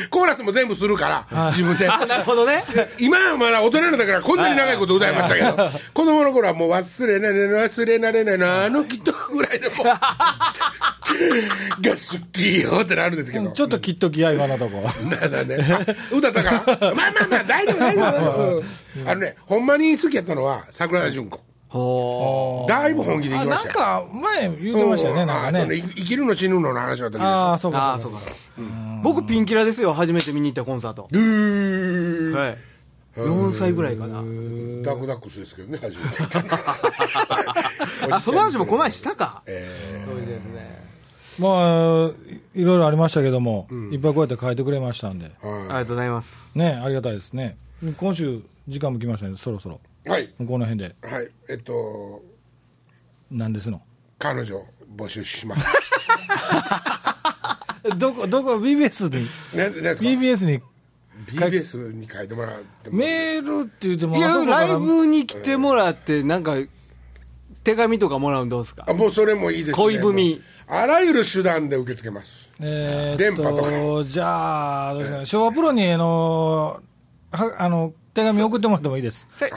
[SPEAKER 2] コーラスも全部するから自 分で
[SPEAKER 1] あなるほど ね
[SPEAKER 2] 今はまだ大人だからこんなに長いこと歌いましたけど子供の頃はもう忘れられない忘れられないのあの人ぐらいでも うが好きよってなるんですけど
[SPEAKER 3] ちょっと切っときや今のとこ
[SPEAKER 2] なんだね。あ歌ったから。まあまあまあ、大丈夫、大丈夫。うんあのね、ほんまに好きやったのは、桜田淳子。
[SPEAKER 1] ほ
[SPEAKER 2] だいぶ本気でい
[SPEAKER 3] あ
[SPEAKER 2] きま
[SPEAKER 3] な
[SPEAKER 2] し
[SPEAKER 3] ん
[SPEAKER 2] たよ。
[SPEAKER 3] か前言うてましたよね
[SPEAKER 2] うん
[SPEAKER 3] なん
[SPEAKER 2] あ
[SPEAKER 3] か
[SPEAKER 2] そのい
[SPEAKER 3] ね
[SPEAKER 2] 生きるの死ぬのの話の時です
[SPEAKER 3] ああーそう
[SPEAKER 1] う
[SPEAKER 3] か
[SPEAKER 1] ああ
[SPEAKER 3] そ
[SPEAKER 1] そうう
[SPEAKER 3] か
[SPEAKER 1] か僕ピンキラですよ初めて見に行ったコンサート、
[SPEAKER 2] うーん
[SPEAKER 1] はい4歳ぐらいかな
[SPEAKER 2] ダックダックスですけどね、初めて。
[SPEAKER 1] あその話もこないしたか
[SPEAKER 2] え
[SPEAKER 1] そうですね
[SPEAKER 3] まあいいろいろありましたけども、いっぱいこうやって書いてくれましたんで
[SPEAKER 2] ー
[SPEAKER 1] あり
[SPEAKER 2] は
[SPEAKER 1] がとうございます
[SPEAKER 3] ねありがたいですね今週時間も来ましたねそろそろ
[SPEAKER 2] い。はい。
[SPEAKER 3] この辺で
[SPEAKER 2] はい。えっと、
[SPEAKER 3] 何ですの
[SPEAKER 2] 彼女募集します。
[SPEAKER 3] どこどこ BBS に
[SPEAKER 2] ね、何ですか
[SPEAKER 3] BBS に
[SPEAKER 2] ?BBS に書いてもらっても。
[SPEAKER 3] メールって言っても
[SPEAKER 1] いや
[SPEAKER 3] あそこか
[SPEAKER 1] ラ
[SPEAKER 3] ら
[SPEAKER 1] イブに来てもらってなんか手紙とかもらうんどうですか
[SPEAKER 2] あ、もうそれもいいですね。
[SPEAKER 1] 恋文
[SPEAKER 2] もう。あらゆる手段で受け付けます。
[SPEAKER 3] えー、
[SPEAKER 2] 電
[SPEAKER 3] っと
[SPEAKER 2] 波と
[SPEAKER 3] じゃあどうしよう、昭和プロにあのはあの手紙送ってもらってもいいです。
[SPEAKER 1] せ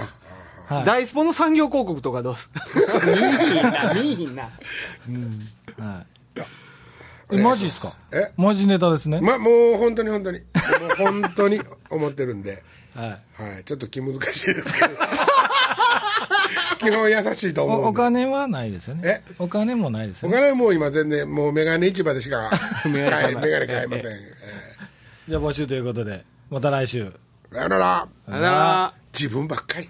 [SPEAKER 3] はい
[SPEAKER 1] ダイスポの産業広告とかどうすか見いな見いひんな
[SPEAKER 3] はい、えマジですか
[SPEAKER 2] え
[SPEAKER 3] マジネタですね。
[SPEAKER 2] まあもう本当に本当に、もう本当に思ってるんで、
[SPEAKER 3] はい
[SPEAKER 2] はい、ちょっと気難しいですけど、 基本優しいと
[SPEAKER 3] お
[SPEAKER 2] 思う
[SPEAKER 3] お
[SPEAKER 2] んで。
[SPEAKER 3] 金はないですよね。お金もないで
[SPEAKER 2] お
[SPEAKER 3] すよね。
[SPEAKER 2] 金はもう今全然、もうメガネ市場でしか
[SPEAKER 1] メガ
[SPEAKER 2] 買え、
[SPEAKER 1] ネ買えない
[SPEAKER 2] メガネ買えません。え
[SPEAKER 3] じゃあ募集ということで、また来週。
[SPEAKER 2] えさよなら、
[SPEAKER 1] さよなら
[SPEAKER 2] 自分ばっかり。